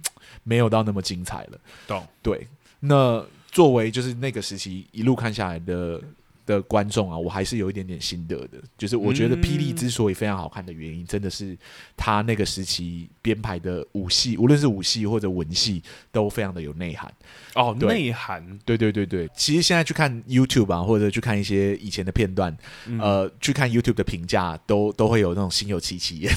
Speaker 1: 没有到那么精彩了。
Speaker 2: 懂
Speaker 1: 对，那作为就是那个时期一路看下来的的观众啊，我还是有一点点心得的。就是我觉得《霹雳》之所以非常好看的原因，真的是他那个时期编排的武戏，无论是武戏或者文戏，都非常的有内涵。
Speaker 2: 哦，
Speaker 1: 对
Speaker 2: 内涵，
Speaker 1: 对对对对，其实现在去看 YouTube 啊，或者去看一些以前的片段，
Speaker 2: 嗯
Speaker 1: 呃，去看 YouTube 的评价，都都会有那种心有戚戚焉。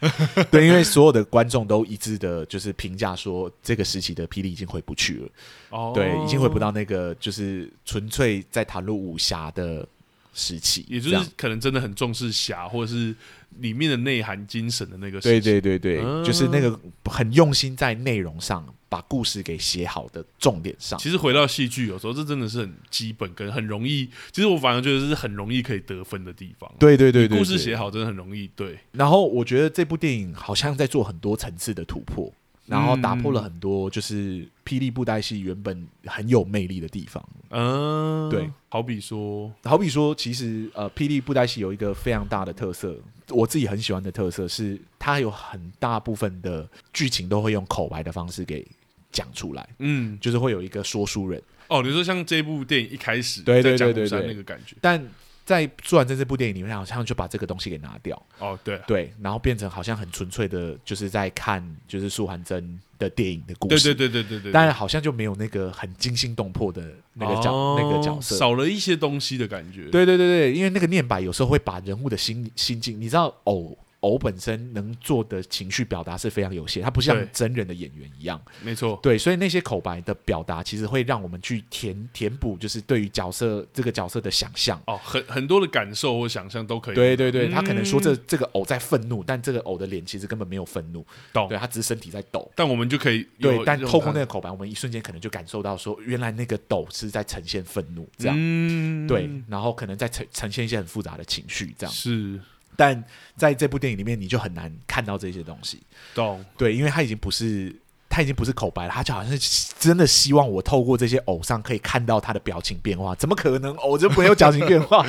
Speaker 1: 对，因为所有的观众都一致的，就是评价说这个时期的霹雳已经回不去了，
Speaker 2: 哦，
Speaker 1: 对，已经回不，到那个就是纯粹在谈论武侠的时期，
Speaker 2: 也就
Speaker 1: 这样
Speaker 2: 是可能真的很重视侠，或者是里面的内涵、精神的那个事
Speaker 1: 对
Speaker 2: 情。
Speaker 1: 对对对，
Speaker 2: 嗯
Speaker 1: 就是那个很用心在内容上把故事给写好的重点上。
Speaker 2: 其实回到戏剧，有时候这真的是很基本，跟很容易。其实我反而觉得这是很容易可以得分的地方。
Speaker 1: 对对对对，
Speaker 2: 故事
Speaker 1: 对
Speaker 2: 写好真的很容易。对，
Speaker 1: 然后我觉得这部电影好像在做很多层次的突破，然后打破了很多就是霹雳布袋戏原本很有魅力的地方。
Speaker 2: 嗯，
Speaker 1: 对，
Speaker 2: 好比说，
Speaker 1: 好比说，其实呃，霹雳布袋戏有一个非常大的特色，我自己很喜欢的特色是，它有很大部分的剧情都会用口白的方式给讲出来，
Speaker 2: 嗯，
Speaker 1: 就是会有一个说书人。
Speaker 2: 哦，你说像这部电影一开始
Speaker 1: 对对
Speaker 2: 在讲
Speaker 1: 对对
Speaker 2: 武山
Speaker 1: 对
Speaker 2: 那个感觉，
Speaker 1: 但在《朱然真》这部电影里面，好像就把这个东西给拿掉，
Speaker 2: 哦，对，
Speaker 1: 对，然后变成好像很纯粹的，就是在看就是素还真的电影的故
Speaker 2: 对
Speaker 1: 事。
Speaker 2: 对对对对对，
Speaker 1: 当然好像就没有那个很惊心动魄的那个角、
Speaker 2: 哦
Speaker 1: 那个角色。
Speaker 2: 少了一些东西的感觉。，
Speaker 1: 对对对对，因为那个念白有时候会把人物的心心境，你知道偶偶本身能做的情绪表达是非常有限，它不像
Speaker 2: 对
Speaker 1: 真人的演员一样。
Speaker 2: 没错，
Speaker 1: 对，所以那些口白的表达，其实会让我们去填填补，就是对于角色这个角色的想象。
Speaker 2: 哦，很很多的感受或想象都可以。
Speaker 1: 对对对，他可能说这
Speaker 2: 嗯
Speaker 1: 这个偶在愤怒，但这个偶的脸其实根本没有愤怒，
Speaker 2: 懂
Speaker 1: 对他只是身体在抖。
Speaker 2: 但我们就可以有
Speaker 1: 对，但
Speaker 2: 这种
Speaker 1: 透过
Speaker 2: 感
Speaker 1: 那个口白，我们一瞬间可能就感受到说，原来那个抖是在呈现愤怒这样。
Speaker 2: 嗯，
Speaker 1: 对，然后可能再呈呈现一些很复杂的情绪，这样。
Speaker 2: 是
Speaker 1: 但在这部电影里面，你就很难看到这些东西，
Speaker 2: 懂，
Speaker 1: 对，因为它已经不是，它已经不是口白了，它就好像是真的希望我透过这些偶上可以看到他的表情变化，怎么可能偶就没有表情变 化，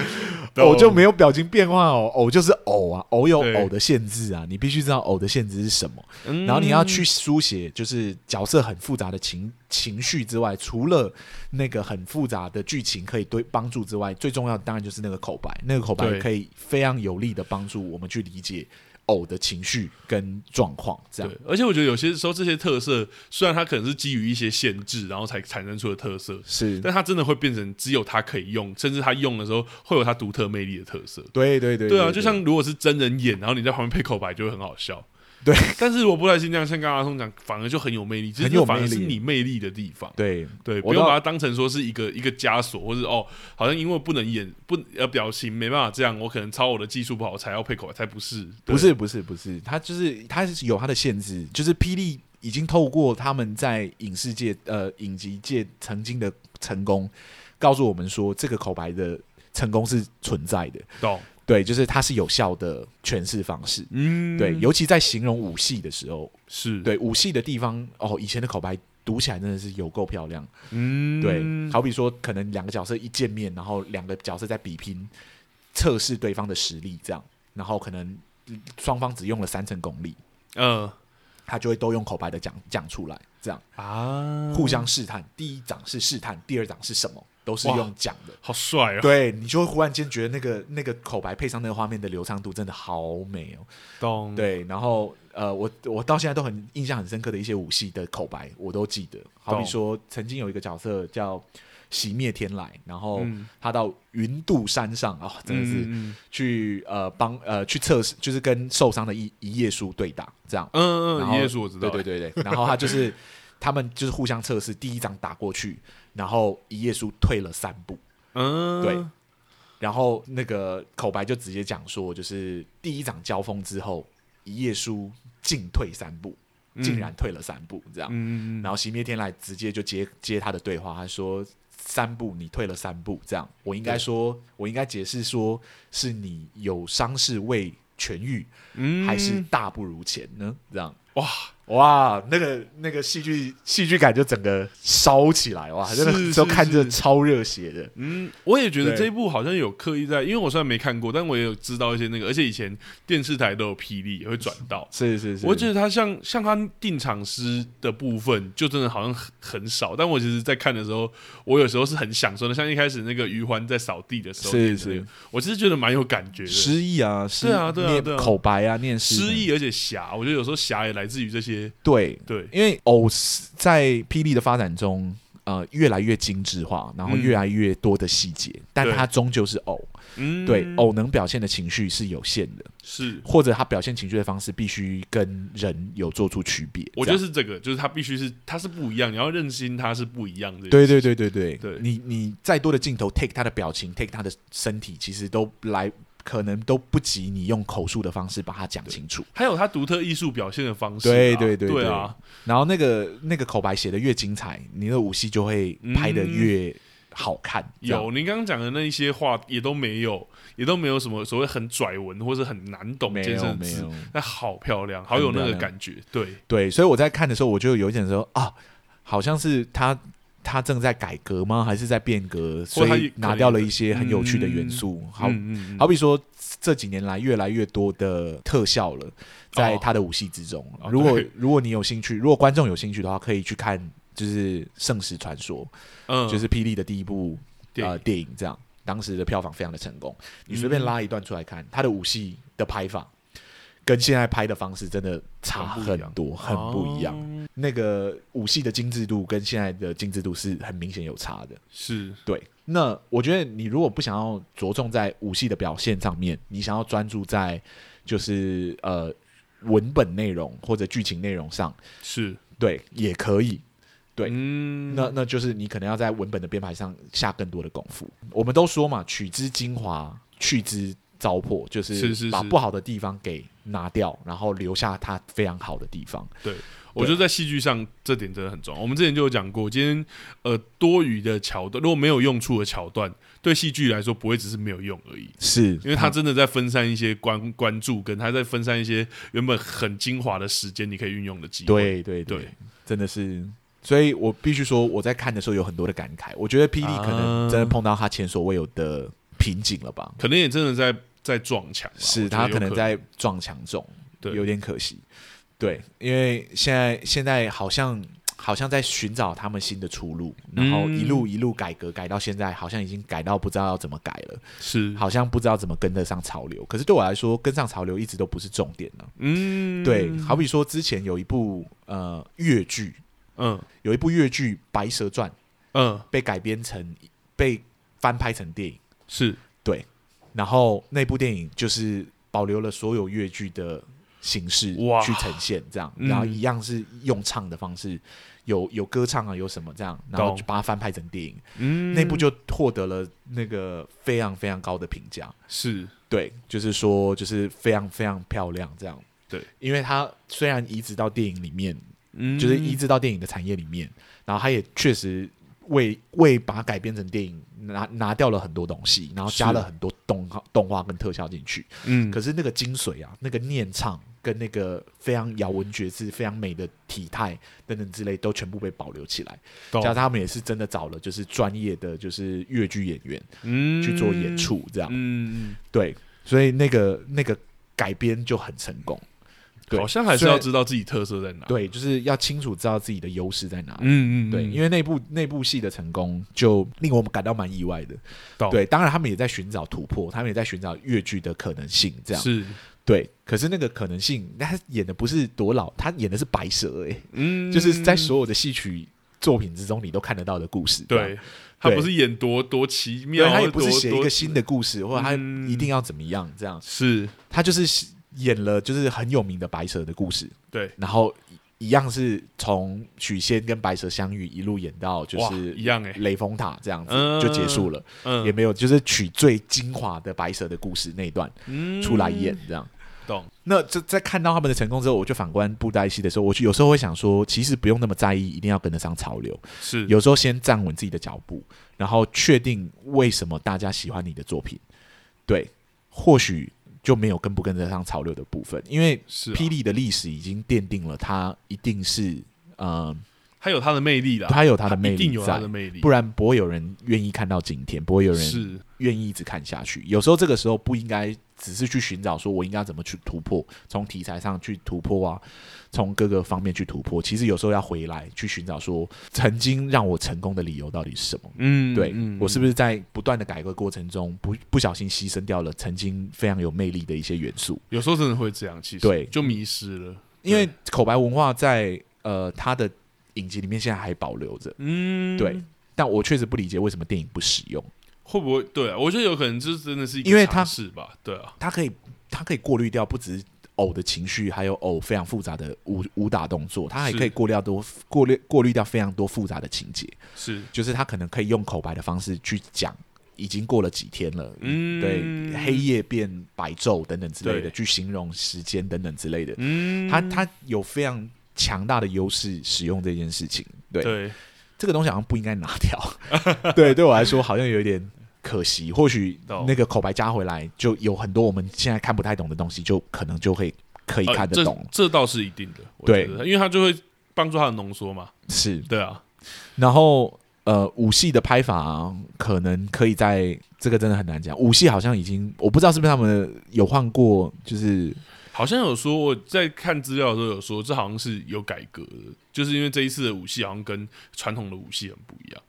Speaker 2: 懂
Speaker 1: 偶就没有表情变化哦，偶就是偶啊，偶有
Speaker 2: 对嗯
Speaker 1: 偶的限制啊，你必须知道偶的限制是什么。
Speaker 2: 然
Speaker 1: 然后你要去书写，就是角色很复杂的情情绪之外，除了那个很复杂的剧情可以对帮助之外，最重要的当然就是那个口白，那个口白
Speaker 2: 对
Speaker 1: 可以非常有力的帮助我们去理解偶的情绪跟状况。这样
Speaker 2: 对，而且我觉得有些时候这些特色，虽然它可能是基于一些限制，然后才产生出的特色，
Speaker 1: 是，
Speaker 2: 但它真的会变成只有它可以用，甚至它用的时候会有它独特魅力的特色。
Speaker 1: 对对对，
Speaker 2: 对啊，就像如果是真人演，然后你在旁边配口白，就会很好笑。
Speaker 1: 对，
Speaker 2: 但是我不太心这样，像刚刚阿松讲，反而就很有魅力，
Speaker 1: 很有
Speaker 2: 这反而
Speaker 1: 魅力
Speaker 2: 是你魅力的地方。
Speaker 1: 对
Speaker 2: 对，
Speaker 1: 我
Speaker 2: 不用
Speaker 1: 到
Speaker 2: 把它当成说是一个一个枷锁，或是哦，好像因为不能演不呃表情没办法这样，我可能超我的技术不好才要配口白，才不是，对
Speaker 1: 不是不是不是，它就是它是有它的限制，就是霹雳已经透过他们在影视界呃影集界曾经的成功，告诉我们说这个口白的成功是存在的，
Speaker 2: 懂？
Speaker 1: 对，就是它是有效的诠释方式。
Speaker 2: 嗯，
Speaker 1: 对，尤其在形容武戏的时候，
Speaker 2: 是，，
Speaker 1: 对武戏的地方，哦，以前的口白读起来真的是有够漂亮。
Speaker 2: 嗯，
Speaker 1: 对，好比说，可能两个角色一见面，然后两个角色在比拼测试对方的实力，这样，然后可能嗯双方只用了三成功力，
Speaker 2: 嗯
Speaker 1: 他就会都用口白的讲讲出来，这样
Speaker 2: 啊，
Speaker 1: 互相试探。第一掌是试探，第二掌是什么，都是
Speaker 2: 哇
Speaker 1: 用讲的。
Speaker 2: 好帅哦，
Speaker 1: 对你就会忽然间觉得那个那个口白配上那个画面的流畅度真的好美哦。
Speaker 2: 懂，
Speaker 1: 对，然后呃，我我到现在都很印象很深刻的一些武戏的口白，我都记得。好比说，曾经有一个角色叫熄灭天来，然后
Speaker 2: 嗯
Speaker 1: 他到云渡山上啊、真的
Speaker 2: 嗯，
Speaker 1: 是
Speaker 2: 嗯
Speaker 1: 去呃帮呃去测试，就是跟受伤的一一页书对打这样。
Speaker 2: 嗯
Speaker 1: 然
Speaker 2: 嗯，
Speaker 1: 后
Speaker 2: 一页书我知道，
Speaker 1: 对对对对，然后他就是 他们就是互相测试，第一掌打过去，然后一页书退了三步。
Speaker 2: 嗯，
Speaker 1: 对然后那个口白就直接讲说，就是第一场交锋之后，一页书进退三步，
Speaker 2: 嗯
Speaker 1: 竟然退了三步，这样。
Speaker 2: 嗯，嗯，嗯
Speaker 1: 然后熄灭天来直接就接接他的对话，他说：“三步，你退了三步，这样我应该说，我应该解释说，是你有伤势未痊愈，
Speaker 2: 嗯
Speaker 1: 还是大不如前呢？这样
Speaker 2: 哇，
Speaker 1: 哇，那个那个戏剧戏剧感就整个烧起来哇，真
Speaker 2: 是
Speaker 1: 的都
Speaker 2: 是
Speaker 1: 看着
Speaker 2: 是
Speaker 1: 超热血的。
Speaker 2: 嗯，我也觉得
Speaker 1: 对
Speaker 2: 这一部好像有刻意在，因为我虽然没看过，但我也有知道一些那个，而且以前电视台都有霹雳也会转到。
Speaker 1: 是是是，
Speaker 2: 我觉得他像像他定场诗的部分，就真的好像很很少。但我其实，在看的时候，我有时候是很享受的。像一开始那个余欢在扫地的时候，
Speaker 1: 是
Speaker 2: 那个
Speaker 1: 是
Speaker 2: 我其实觉得蛮有感觉的。
Speaker 1: 失忆啊，失
Speaker 2: 对啊对啊
Speaker 1: 念
Speaker 2: 对啊
Speaker 1: 口白啊，念
Speaker 2: 失，忆，而且侠，我觉得有时候侠也来自于这些。
Speaker 1: 对，
Speaker 2: 对，
Speaker 1: 因为偶是在霹雳的发展中，呃，越来越精致化，然后
Speaker 2: 嗯
Speaker 1: 越来越多的细节，但
Speaker 2: 对
Speaker 1: 它终究是偶，
Speaker 2: 嗯，
Speaker 1: 对，偶能表现的情绪是啊有限的，
Speaker 2: 是，
Speaker 1: 或者它表现情绪的方式必须跟人有做出区别。
Speaker 2: 我觉得
Speaker 1: 这样
Speaker 2: 是这个，就是他必须是他是不一样，你要认清他是不一样的。
Speaker 1: 对对对对对，
Speaker 2: 对
Speaker 1: 你你再多的镜头 take 他的表情，take 他的身体，其实都来。可能都不及你用口述的方式把它讲清楚，
Speaker 2: 还有他独特艺术表现的方式、啊，
Speaker 1: 对对
Speaker 2: 对
Speaker 1: 对
Speaker 2: 啊，
Speaker 1: 然后那个那个口白写的越精彩，你的武戏就会拍的
Speaker 2: 嗯
Speaker 1: 越好看。这样
Speaker 2: 有您刚刚讲的那一些话也都没有，也都没有什么所谓很拽文或是很难懂
Speaker 1: 没
Speaker 2: 健
Speaker 1: 有
Speaker 2: 身
Speaker 1: 没
Speaker 2: 词，
Speaker 1: 有，
Speaker 2: 那好漂亮，好有那
Speaker 1: 漂
Speaker 2: 个
Speaker 1: 亮
Speaker 2: 感觉，对，
Speaker 1: 对，所以我在看的时候，我就有一点说啊，好像是他他正在改革吗？还是在变革？
Speaker 2: 或
Speaker 1: 所
Speaker 2: 他
Speaker 1: 以
Speaker 2: 可
Speaker 1: 拿
Speaker 2: 能
Speaker 1: 掉
Speaker 2: 有
Speaker 1: 了一些很有趣的元
Speaker 2: 嗯
Speaker 1: 素。好、
Speaker 2: 嗯嗯嗯
Speaker 1: 好比说，这几年来越来越多的特效了，在
Speaker 2: 哦
Speaker 1: 他的武戏之中。
Speaker 2: 哦
Speaker 1: 如果
Speaker 2: 对
Speaker 1: 如果你有兴趣，如果观众有兴趣的话，可以去看就是《圣石传说》
Speaker 2: 嗯，
Speaker 1: 就是霹雳的第一部
Speaker 2: 电
Speaker 1: 呃
Speaker 2: 影嗯
Speaker 1: 电影，这样当时的票房非常的成功。你随便拉一段出来看，他的武戏的拍法跟现在拍的方式真的差
Speaker 2: 很不一
Speaker 1: 很
Speaker 2: 样
Speaker 1: 多，很不一样。
Speaker 2: 哦
Speaker 1: 那个武戏的精致度跟现在的精致度是很明显有差的。
Speaker 2: 是
Speaker 1: 对，那我觉得你如果不想要着重在武戏的表现上面，你想要专注在就是呃文本内容或者剧情内容上，
Speaker 2: 是，
Speaker 1: 对，也可以。对
Speaker 2: 嗯，
Speaker 1: 那那就是你可能要在文本的编排上下更多的功夫。我们都说嘛，取之精华，去之糟粕，就是
Speaker 2: 是是
Speaker 1: 把
Speaker 2: 是
Speaker 1: 不好的地方给拿掉，然后留下它非常好的地方。
Speaker 2: 我觉得在戏剧上这点真的很重要。我们之前就有讲过，今天呃多余的桥段，如果没有用处的桥段，对戏剧来说不会只是没有用而已，
Speaker 1: 是，嗯
Speaker 2: 因为它真的在分散一些关关注，跟它在分散一些原本很精华的时间，你可以运用的机会。
Speaker 1: 对对对，
Speaker 2: 对
Speaker 1: 真的是。所以我必须说，我在看的时候有很多的感慨。我觉得霹雳可能
Speaker 2: 啊
Speaker 1: 真的碰到他前所未有的瓶颈了吧？
Speaker 2: 可能也真的在在撞墙吧，
Speaker 1: 是
Speaker 2: 我觉得
Speaker 1: 他
Speaker 2: 有
Speaker 1: 可能在撞墙中，
Speaker 2: 对
Speaker 1: 有点可惜。对，因为现在现在好像好像在寻找他们新的出路，然后一
Speaker 2: 嗯
Speaker 1: 路一路改革，改到现在好像已经改到不知道要怎么改了，
Speaker 2: 是
Speaker 1: 好像不知道怎么跟得上潮流。可是对我来说，跟上潮流一直都不是重点呢、啊
Speaker 2: 嗯
Speaker 1: 对，好比说之前有一部呃越剧，
Speaker 2: 嗯
Speaker 1: 有一部越剧《白蛇传》
Speaker 2: 嗯
Speaker 1: 被改编成被翻拍成电影，
Speaker 2: 是
Speaker 1: 然后那部电影就是保留了所有越剧的形式
Speaker 2: 哇
Speaker 1: 去呈现，这样，
Speaker 2: 嗯
Speaker 1: 然后一样是用唱的方式，有有歌唱啊，有什么这样，然后就把它翻拍成电影，
Speaker 2: 嗯
Speaker 1: 那部就获得了那个非常非常高的评价。
Speaker 2: 是
Speaker 1: 对，就是说，就是非常非常漂亮这样。
Speaker 2: 对，
Speaker 1: 因为它虽然移植到电影里面，
Speaker 2: 嗯
Speaker 1: 就是移植到电影的产业里面，然后他也确实为为把它改编成电影拿拿掉了很多东西，然后加
Speaker 2: 是
Speaker 1: 了很多动动画跟特效进去。
Speaker 2: 嗯
Speaker 1: 可是那个精髓啊，那个念唱跟那个非常咬文嚼字、非常美的体态等等之类，都全部被保留起来。
Speaker 2: 懂
Speaker 1: 加上他们也是真的找了就是专业的就是越剧演员
Speaker 2: 嗯
Speaker 1: 去做演出，这样、
Speaker 2: 嗯，
Speaker 1: 对，所以那个那个改编就很成功。对
Speaker 2: 好像还是
Speaker 1: 虽然
Speaker 2: 要知道自己特色在哪。，
Speaker 1: 对，就是要清楚知道自己的优势在哪里。
Speaker 2: 嗯嗯，
Speaker 1: 对，因为
Speaker 2: 为
Speaker 1: 那部那部戏的成功，就令我们感到蛮意外的。对，当然他们也在寻找突破，他们也在寻找越剧的可能性，这样
Speaker 2: 是
Speaker 1: 对。可是那个可能性，他演的不是多老，他演的是白蛇、欸，
Speaker 2: 嗯，
Speaker 1: 就是在所有的戏曲作品之中，你都看得到的故事。这样
Speaker 2: 对。他
Speaker 1: 对
Speaker 2: 不是演多多奇
Speaker 1: 因
Speaker 2: 妙，
Speaker 1: 为他也不是
Speaker 2: 多
Speaker 1: 写一个，新的故事，或者他
Speaker 2: 嗯
Speaker 1: 一定要怎么样这样
Speaker 2: 多，是
Speaker 1: 他就是演了就是很有名的白蛇的故事，
Speaker 2: 对，
Speaker 1: 然后一一样是从许仙跟白蛇相遇一路演到就
Speaker 2: 哇
Speaker 1: 是
Speaker 2: 一样哎，
Speaker 1: 雷峰塔这样子
Speaker 2: 嗯
Speaker 1: 就结束了，也
Speaker 2: 嗯，
Speaker 1: 没有就是取最精华的白蛇的故事那一段
Speaker 2: 嗯
Speaker 1: 出来演，这样。
Speaker 2: 懂
Speaker 1: 那这在看到他们的成功之后，我就反观布袋戏的时候，我就有时候会想说，其实不用那么在意，一定要跟得上潮流。
Speaker 2: 是
Speaker 1: 有时候先站稳自己的脚步，然后确定为什么大家喜欢你的作品。对，或许就没有跟不跟得上潮流的部分，因为
Speaker 2: 是、啊，
Speaker 1: 霹雳的历史已经奠定了它一定是，嗯，
Speaker 2: 他有他的魅力啦，
Speaker 1: 它有它的魅
Speaker 2: 啊一定
Speaker 1: 力
Speaker 2: 有他
Speaker 1: 在
Speaker 2: 的，魅力，
Speaker 1: 不然不会有人愿意看到今天，不会有人
Speaker 2: 是
Speaker 1: 愿意一直看下去。有时候这个时候不应该只是去寻找说我应该怎么去突破，从题材上去突破啊，从各个方面去突破。其实有时候要回来去寻找说曾经让我成功的理由到底是什么。
Speaker 2: 嗯，
Speaker 1: 对、
Speaker 2: 嗯
Speaker 1: 我是
Speaker 2: 嗯
Speaker 1: 不是在不断的改革过程中不不小心牺牲掉了曾经非常有魅力的一些元素？
Speaker 2: 有时候真的会这样，其实
Speaker 1: 对
Speaker 2: 就迷失了，
Speaker 1: 因为口白文化在呃它的影集里面现在还保留着，
Speaker 2: 嗯，
Speaker 1: 对，但我确实不理解为什么电影不使用，
Speaker 2: 会不会对啊？我觉得有可能就是真的是一个
Speaker 1: 因为他
Speaker 2: 尝试吧，对啊，
Speaker 1: 它可以它可以过滤掉不只是偶的情绪，还有偶非常复杂的武武打动作，它还
Speaker 2: 是
Speaker 1: 可以过掉多过滤过滤掉非常多复杂的情节，
Speaker 2: 是，
Speaker 1: 就是它可能可以用口白的方式去讲。已经过了几天了，
Speaker 2: 嗯，
Speaker 1: 对，黑，夜变白昼等等之类的，
Speaker 2: 对
Speaker 1: 去形容时间等等之类的，
Speaker 2: 嗯，
Speaker 1: 它它有非常强大的优势使用这件事情。对，
Speaker 2: 对，呃
Speaker 1: 这个东西好像不应该拿掉。 对，对我来说好像有一点可惜。或许
Speaker 2: 懂
Speaker 1: 那个口白加回来，就有很多我们现在看不太懂的东西，就可能就会可以
Speaker 2: 呃
Speaker 1: 看得
Speaker 2: 这
Speaker 1: 懂。
Speaker 2: 这倒是一定的，我
Speaker 1: 对
Speaker 2: 觉得因为他就会帮助他的浓缩嘛，
Speaker 1: 是，
Speaker 2: 对啊，
Speaker 1: 然后。呃，武戏的拍法、啊可能可以在这个真的很难讲。武戏好像已经，我不知道是不是他们有换过，就是
Speaker 2: 好像有说我在看资料的时候有说，这好像是有改革的，就是因为这一次的武戏好像跟传统的武戏很不一样，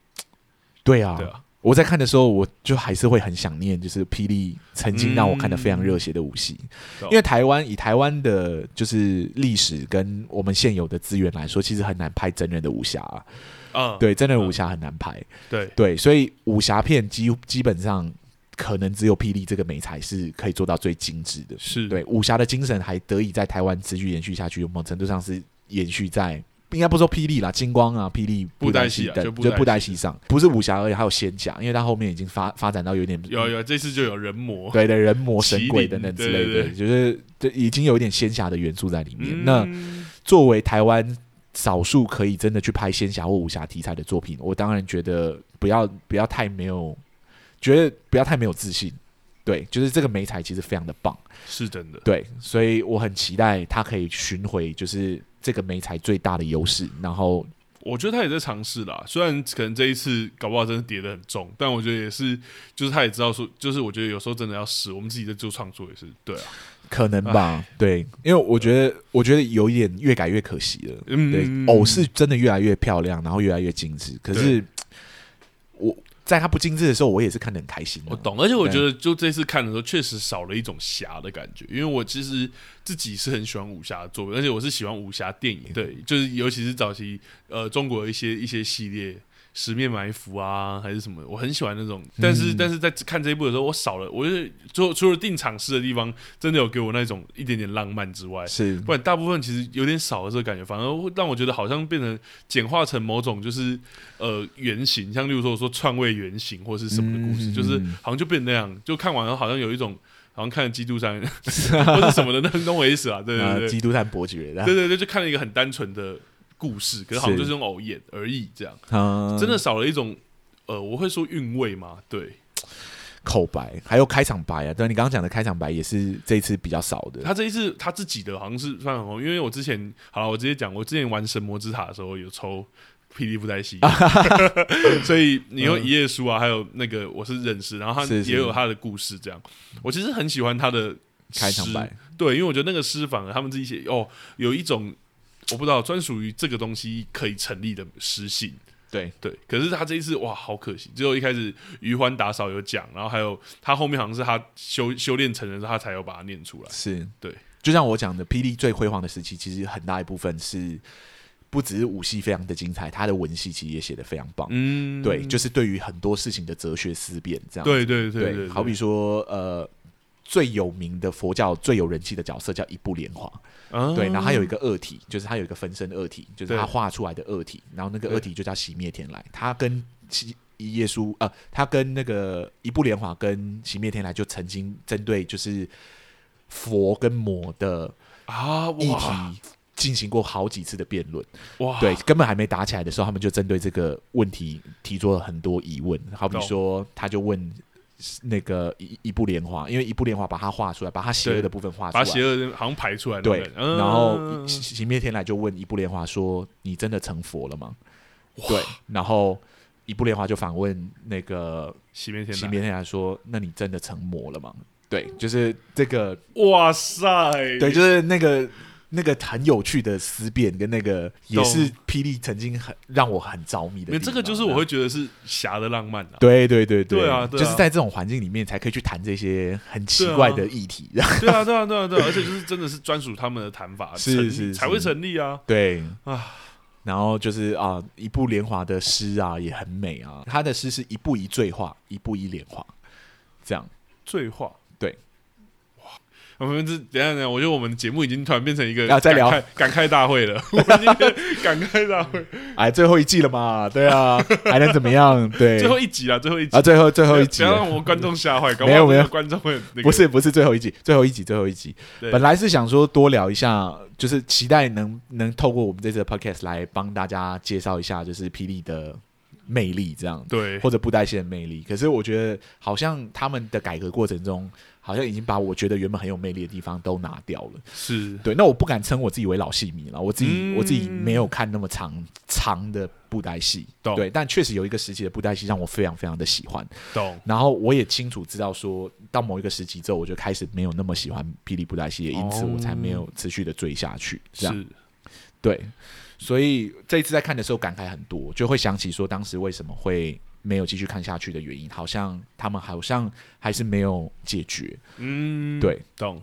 Speaker 1: 对啊，
Speaker 2: 对啊，
Speaker 1: 我在看的时候，我就还是会很想念，就是霹雳曾经让我看的非常热血的武戏，
Speaker 2: 嗯
Speaker 1: 因为台湾以台湾的就是历史跟我们现有的资源来说，其实很难拍真人的武侠、啊，
Speaker 2: 啊，
Speaker 1: 对，真人武侠很难拍，
Speaker 2: 对，
Speaker 1: 对，所以武侠片基基本上可能只有霹雳这个美才是可以做到最精致的，
Speaker 2: 是，
Speaker 1: 对，武侠的精神还得以在台湾持续延续下去，某程度上是延续在。应该不说霹雳啦，金光啊，霹雳
Speaker 2: 布袋戏
Speaker 1: 戏
Speaker 2: 啊
Speaker 1: 等
Speaker 2: 就布
Speaker 1: 就
Speaker 2: 袋
Speaker 1: 布袋
Speaker 2: 戏
Speaker 1: 戏上，不是武侠而已，还有仙侠，因为它后面已经发发展到有点
Speaker 2: 有有这次就有人魔，
Speaker 1: 对的人魔神
Speaker 2: 麒
Speaker 1: 鬼
Speaker 2: 麟
Speaker 1: 等等之
Speaker 2: 对
Speaker 1: 类
Speaker 2: 对
Speaker 1: 的，就是这已经有一点仙侠的元素在里面。
Speaker 2: 嗯，
Speaker 1: 那作为台湾少数可以真的去拍仙侠或武侠题材的作品，我当然觉得不要不要太没有，觉得不要太没有自信。对，就是这个美彩其实非常的棒，
Speaker 2: 是真的，
Speaker 1: 对，所以我很期待它可以寻回就是这个美彩最大的优势，然后
Speaker 2: 我觉得他也在尝试啦，虽然可能这一次搞不好真的跌得很重，但我觉得也是，就是他也知道说，就是我觉得有时候真的要试，我们自己在做创作也是对啊，
Speaker 1: 可能吧，对，因为我觉得我觉得有一点越改越可惜了，对
Speaker 2: 嗯，，
Speaker 1: 偶是真的越来越漂亮，然后越来越精致。可是我在它不精致的时候，我也是看得很开心、啊
Speaker 2: 我。懂，而且我觉得就这次看的时候，确实少了一种侠的感觉，因为我其实自己是很喜欢武侠的作品，而且我是喜欢武侠电影，对，就是尤其是早期呃中国的一些一些系列。十面埋伏啊，还是什么？我很喜欢那种，但是、但是在看这一部的时候，我少了，我就是除除了定场诗的地方，真的有给我那种一点点浪漫之外，
Speaker 1: 是
Speaker 2: 不然大部分其实有点少了这个感觉，反而会让我觉得好像变成简化成某种就是呃原型，像例如说我说篡位原型或是什么的故事，
Speaker 1: 嗯
Speaker 2: 就是好像就变那样，就看完了好像有一种好像看了《基督 山》或者什么的，那 懂我意思啊？对
Speaker 1: 呃，
Speaker 2: 对对
Speaker 1: 基督山伯爵的
Speaker 2: 对，对对，就看了一个很单纯的故事，可是好像
Speaker 1: 是
Speaker 2: 就是用偶演而已，这样
Speaker 1: 嗯
Speaker 2: 真的少了一种呃，我会说韵味嘛，对，
Speaker 1: 口白，还有开场白啊。对，你刚刚讲的开场白也是这一次比较少的。
Speaker 2: 他这一次他自己的好像是算很红，因为我之前好了，我直接讲，我之前玩神魔之塔的时候有抽霹雳布 袋戏，所以你用一页书啊，还有那个我是认识，然后他
Speaker 1: 嗯是是
Speaker 2: 也有他的故事这样。我其实很喜欢他的
Speaker 1: 开场白
Speaker 2: 诗，对，因为我觉得那个诗反而他们这一些哦，有一种我不知道专属于这个东西可以成立的诗性。
Speaker 1: 对
Speaker 2: 对，可是他这一次哇，好可惜，只有一开始余欢打扫有讲，然后还有他后面好像是他修修炼成人之后，他才有把它念出来。
Speaker 1: 是，
Speaker 2: 对。
Speaker 1: 就像我讲的，霹雳最辉煌的时期，其实很大一部分是不只是武戏非常的精彩，他的文戏其实也写得非常棒。
Speaker 2: 嗯，
Speaker 1: 对，就是对于很多事情的哲学思辨这样子。
Speaker 2: 对对对
Speaker 1: 对，
Speaker 2: 对，
Speaker 1: 好比说呃。最有名的佛教最有人气的角色叫一步莲花，
Speaker 2: 啊
Speaker 1: 对，然后他有一个恶体，就是他有一个分身恶体，就是
Speaker 2: 对
Speaker 1: 他画出来的恶体，然后那个
Speaker 2: 对
Speaker 1: 恶体就叫熄灭天来，他跟西一耶稣呃，他跟那个一步莲华跟熄灭天来就曾经针对就是佛跟魔的
Speaker 2: 啊
Speaker 1: 议
Speaker 2: 哇
Speaker 1: 题进行过好几次的辩论，
Speaker 2: 哇
Speaker 1: 对，根本还没打起来的时候，他们就针对这个问题提出了很多疑问，好比
Speaker 2: 懂
Speaker 1: 说，他就问那个一一部莲花，因为一部莲花把它画出来，把它邪恶的部分画出
Speaker 2: 把邪
Speaker 1: 来。
Speaker 2: 恶的好像排出来。
Speaker 1: 对，
Speaker 2: 嗯
Speaker 1: 然后行行灭天来就问一部莲花说：“你真的成佛了吗？”对，然后一部莲花就反问那个
Speaker 2: 洗面天
Speaker 1: 行
Speaker 2: 来，嗯
Speaker 1: 灭天来说：“那你真的成魔了吗？”对，就是这个
Speaker 2: 哇塞，
Speaker 1: 对，就是那个那个很有趣的思辨，跟那个也
Speaker 2: 懂
Speaker 1: 是霹雳曾经很让我很着迷的地
Speaker 2: 因为
Speaker 1: 方。啊
Speaker 2: 这个就是我会觉得是侠的浪漫啊。
Speaker 1: 对对对对
Speaker 2: 对啊
Speaker 1: 就
Speaker 2: 对啊啊
Speaker 1: 是在这种环境里面才可以去谈这些很奇怪的议题。
Speaker 2: 对啊，对啊，对啊，对啊，而且就是真的是专属他们的谈法，
Speaker 1: 是
Speaker 2: 成立
Speaker 1: 是
Speaker 2: 才
Speaker 1: 是
Speaker 2: 会成立啊。
Speaker 1: 对
Speaker 2: 啊，
Speaker 1: 然后就是啊，一部莲华的诗啊也很美啊，他的诗是一步一醉画，一步一莲花，这样
Speaker 2: 醉话，
Speaker 1: 对，
Speaker 2: 哇，我们这等一下等一下，我觉得我们的节目已经突然变成一个
Speaker 1: 啊再聊
Speaker 2: 感慨感慨大会了， 我们已经 变成感慨大会，
Speaker 1: 哎，最后一季了嘛，对 啊，还能怎么样？对，
Speaker 2: 最后一集啊，最后一集
Speaker 1: 啊，，最后最
Speaker 2: 不
Speaker 1: 后
Speaker 2: 要
Speaker 1: 一集
Speaker 2: 不要
Speaker 1: 了。
Speaker 2: 让我们观众吓坏，搞不
Speaker 1: 没有
Speaker 2: 好
Speaker 1: 没
Speaker 2: 这
Speaker 1: 有
Speaker 2: 个观众会那个
Speaker 1: 不是不是最后一集，最后一集最后一集。
Speaker 2: 对
Speaker 1: 本来是想说多聊一下，就是期待能能透过我们这次的 podcast 来帮大家介绍一下，就是霹雳的魅力这样，
Speaker 2: 对
Speaker 1: 或者布袋戏的魅力。可是我觉得好像他们的改革过程中，好像已经把我觉得原本很有魅力的地方都拿掉了。
Speaker 2: 是
Speaker 1: 对，那我不敢称我自己为老戏迷了，我自己、
Speaker 2: 嗯
Speaker 1: 我自己没有看那么长长的布袋戏
Speaker 2: 懂，
Speaker 1: 对，但确实有一个时期的布袋戏让我非常非常的喜欢。
Speaker 2: 懂
Speaker 1: 然后我也清楚知道说，到某一个时期之后，我就开始没有那么喜欢霹雳布袋戏，也因此
Speaker 2: 哦
Speaker 1: 我才没有持续的追下去。这样
Speaker 2: 是
Speaker 1: 对，所以这一次在看的时候感慨很多，就会想起说当时为什么会没有继续看下去的原因，好像他们好像还是没有解决。
Speaker 2: 嗯
Speaker 1: 对，
Speaker 2: 懂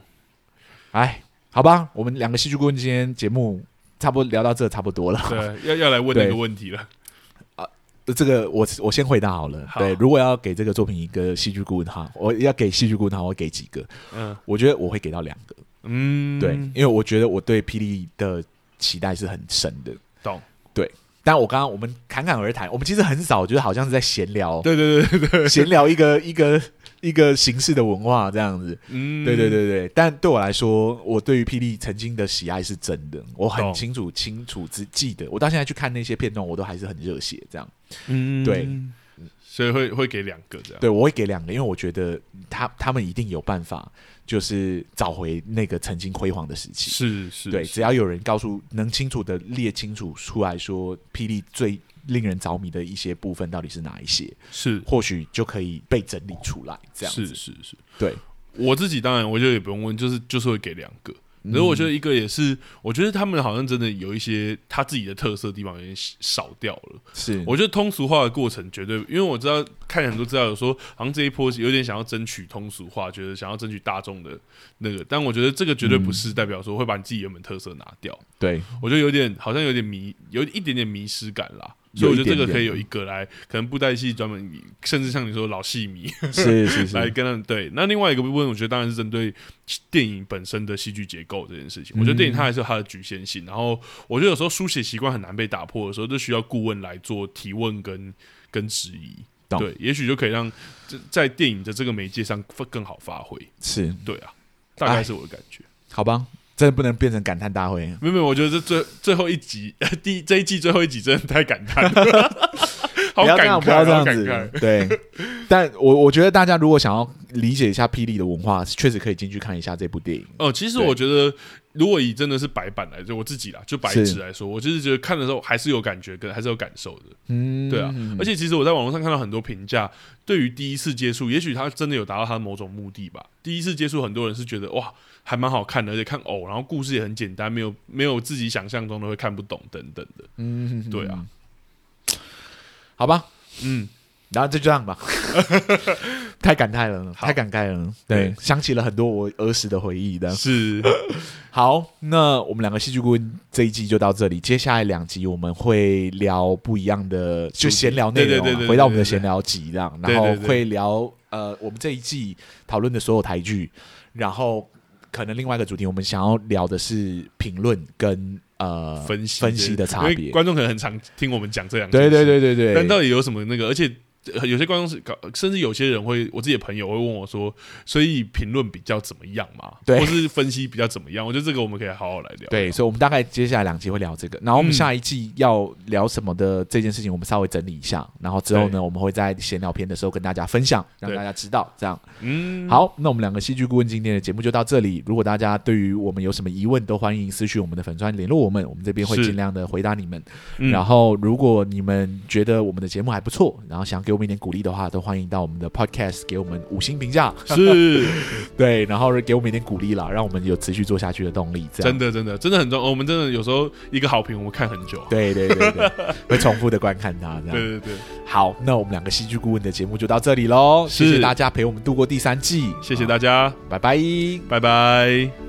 Speaker 1: 哎，好吧，我们两个戏剧顾问今天节目差不多聊到这差不多了。
Speaker 2: 对要要来问那
Speaker 1: 对
Speaker 2: 个问题了，
Speaker 1: 这个我我先回答好了。
Speaker 2: 好
Speaker 1: 对，如果要给这个作品一个戏剧顾问哈，我要给戏剧顾问的话，我会给几个？
Speaker 2: 嗯
Speaker 1: 我觉得我会给到两个。
Speaker 2: 嗯
Speaker 1: 对，因为我觉得我对霹雳的期待是很深的。
Speaker 2: 懂
Speaker 1: 对，但我刚刚我们侃侃而谈，我们其实很少，就是好像是在闲聊，
Speaker 2: 对对对对 对
Speaker 1: 闲聊一个一个一个形式的文化这样子。
Speaker 2: 嗯
Speaker 1: 对对对对，但对我来说，我对于霹雳曾经的喜爱是真的，我很
Speaker 2: 懂
Speaker 1: 清楚清楚之记得，我到现在去看那些片段，我都还是很热血这样。
Speaker 2: 嗯
Speaker 1: 对。
Speaker 2: 所以会会给两个这样，
Speaker 1: 对我会给两个，因为我觉得他他们一定有办法，就是找回那个曾经辉煌的时期。
Speaker 2: 是是，
Speaker 1: 对，
Speaker 2: 是
Speaker 1: 只要有人告诉能清楚的列清楚出来说，霹雳最令人着迷的一些部分到底是哪一些，
Speaker 2: 是
Speaker 1: 或许就可以被整理出来。这样
Speaker 2: 是
Speaker 1: 子，
Speaker 2: 是是，
Speaker 1: 对。
Speaker 2: 我自己当然，我觉得也不用问，就是就是会给两个。
Speaker 1: 嗯
Speaker 2: 然后我觉得一个也是，我觉得他们好像真的有一些他自己的特色地方有点少掉了。
Speaker 1: 是
Speaker 2: 我觉得通俗化的过程绝对，因为我知道看很多资料有说，好像这一波有点想要争取通俗化，觉得想要争取大众的那个，但我觉得这个绝对不是代表说会把你自己原本特色拿掉。
Speaker 1: 对
Speaker 2: 我觉得有点好像有点迷，有一点点迷失感啦。所以我觉得这个可以有一个来，可能布袋戏专门，甚至像你说老戏迷，
Speaker 1: 是是
Speaker 2: 来
Speaker 1: 是，
Speaker 2: 跟他们对。那另外一个部分，我觉得当然是针对电影本身的戏剧结构这件事情。我觉得电影它还是有它的局限性，然后我觉得有时候书写习惯很难被打破的时候，就需要顾问来做提问跟跟质疑。
Speaker 1: 懂
Speaker 2: 对，也许就可以让这在电影的这个媒介上更好发挥。
Speaker 1: 是
Speaker 2: 对啊，大概是我的感觉。
Speaker 1: 好吧，真的不能变成感叹大会。
Speaker 2: 没有没有，我觉得这最最后一集，呃第这一季最后一集真的太感叹了， 好
Speaker 1: 不要这
Speaker 2: 感
Speaker 1: 样，
Speaker 2: 慨，
Speaker 1: 不要这
Speaker 2: 好
Speaker 1: 样
Speaker 2: 感慨
Speaker 1: 子。。对，但我我觉得大家如果想要理解一下霹雳的文化，确实可以进去看一下这部电影。
Speaker 2: 哦，其实
Speaker 1: 对
Speaker 2: 我觉得，如果以真的是白板来，就我自己啦，就白纸来说，我就是觉得看的时候还是有感觉，跟还是有感受的，
Speaker 1: 嗯，
Speaker 2: 对啊。而且其实我在网络上看到很多评价，对于第一次接触，也许他真的有达到他某种目的吧。第一次接触，很多人是觉得哇，还蛮好看的，而且看哦偶，然后故事也很简单，没有没有自己想象中的会看不懂等等的，
Speaker 1: 嗯，
Speaker 2: 对啊，
Speaker 1: 好吧，
Speaker 2: 嗯，
Speaker 1: 然后就这样 吧。太感慨了，
Speaker 2: 好
Speaker 1: 太感慨了。
Speaker 2: 对
Speaker 1: 对，想起了很多我儿时的回忆的。
Speaker 2: 是
Speaker 1: 好，那我们两个戏剧顾问这一季就到这里，接下来两集我们会聊不一样的，就闲聊内容
Speaker 2: 对对对
Speaker 1: 啊，
Speaker 2: 对
Speaker 1: 回到我们的闲聊集这样，
Speaker 2: 对
Speaker 1: 然
Speaker 2: 对对
Speaker 1: 后会聊呃我们这一季讨论的所有台剧，然后可能另外一个主题我们想要聊的是评论跟呃
Speaker 2: 分析
Speaker 1: 分析的
Speaker 2: 这
Speaker 1: 差
Speaker 2: 因为
Speaker 1: 别。
Speaker 2: 观众可能很常听我们讲这两件
Speaker 1: 对
Speaker 2: 事
Speaker 1: 对对对对，
Speaker 2: 但到底有什么那个？而且呃有些观众是搞，甚至有些人会，我自己的朋友会问我说，所以评论比较怎么样嘛？
Speaker 1: 对
Speaker 2: 或是分析比较怎么样？我觉得这个我们可以好好来聊。
Speaker 1: 对，所以我们大概接下来两集会聊这个，然后我们
Speaker 2: 嗯
Speaker 1: 下一季要聊什么的这件事情，我们稍微整理一下，然后之后
Speaker 2: 对
Speaker 1: 呢，我们会在闲聊篇的时候跟大家分享，让
Speaker 2: 对
Speaker 1: 大家知道这样。
Speaker 2: 嗯，
Speaker 1: 好，那我们两个戏剧顾问今天的节目就到这里。如果大家对于我们有什么疑问，都欢迎私讯我们的粉专联络我们，我们这边会
Speaker 2: 是
Speaker 1: 尽量的回答你们。
Speaker 2: 嗯
Speaker 1: 然后，如果你们觉得我们的节目还不错，然后想给我们一点鼓励的话，都欢迎到我们的 Podcast 给我们五星评价，
Speaker 2: 是
Speaker 1: 对，然后给我们一点鼓励啦，让我们有持续做下去的动 力。这样
Speaker 2: 真。的，真的，真的很重要。我们真的有时候一个好评，我们看很久。
Speaker 1: 对啊对对对，会重复的观看它这样。
Speaker 2: 对对对，
Speaker 1: 好，那我们两个戏剧顾问的节目就到这里喽，谢
Speaker 2: 是
Speaker 1: 谢大家陪我们度过第三季，
Speaker 2: 谢谢大家，
Speaker 1: 拜拜。
Speaker 2: 拜拜。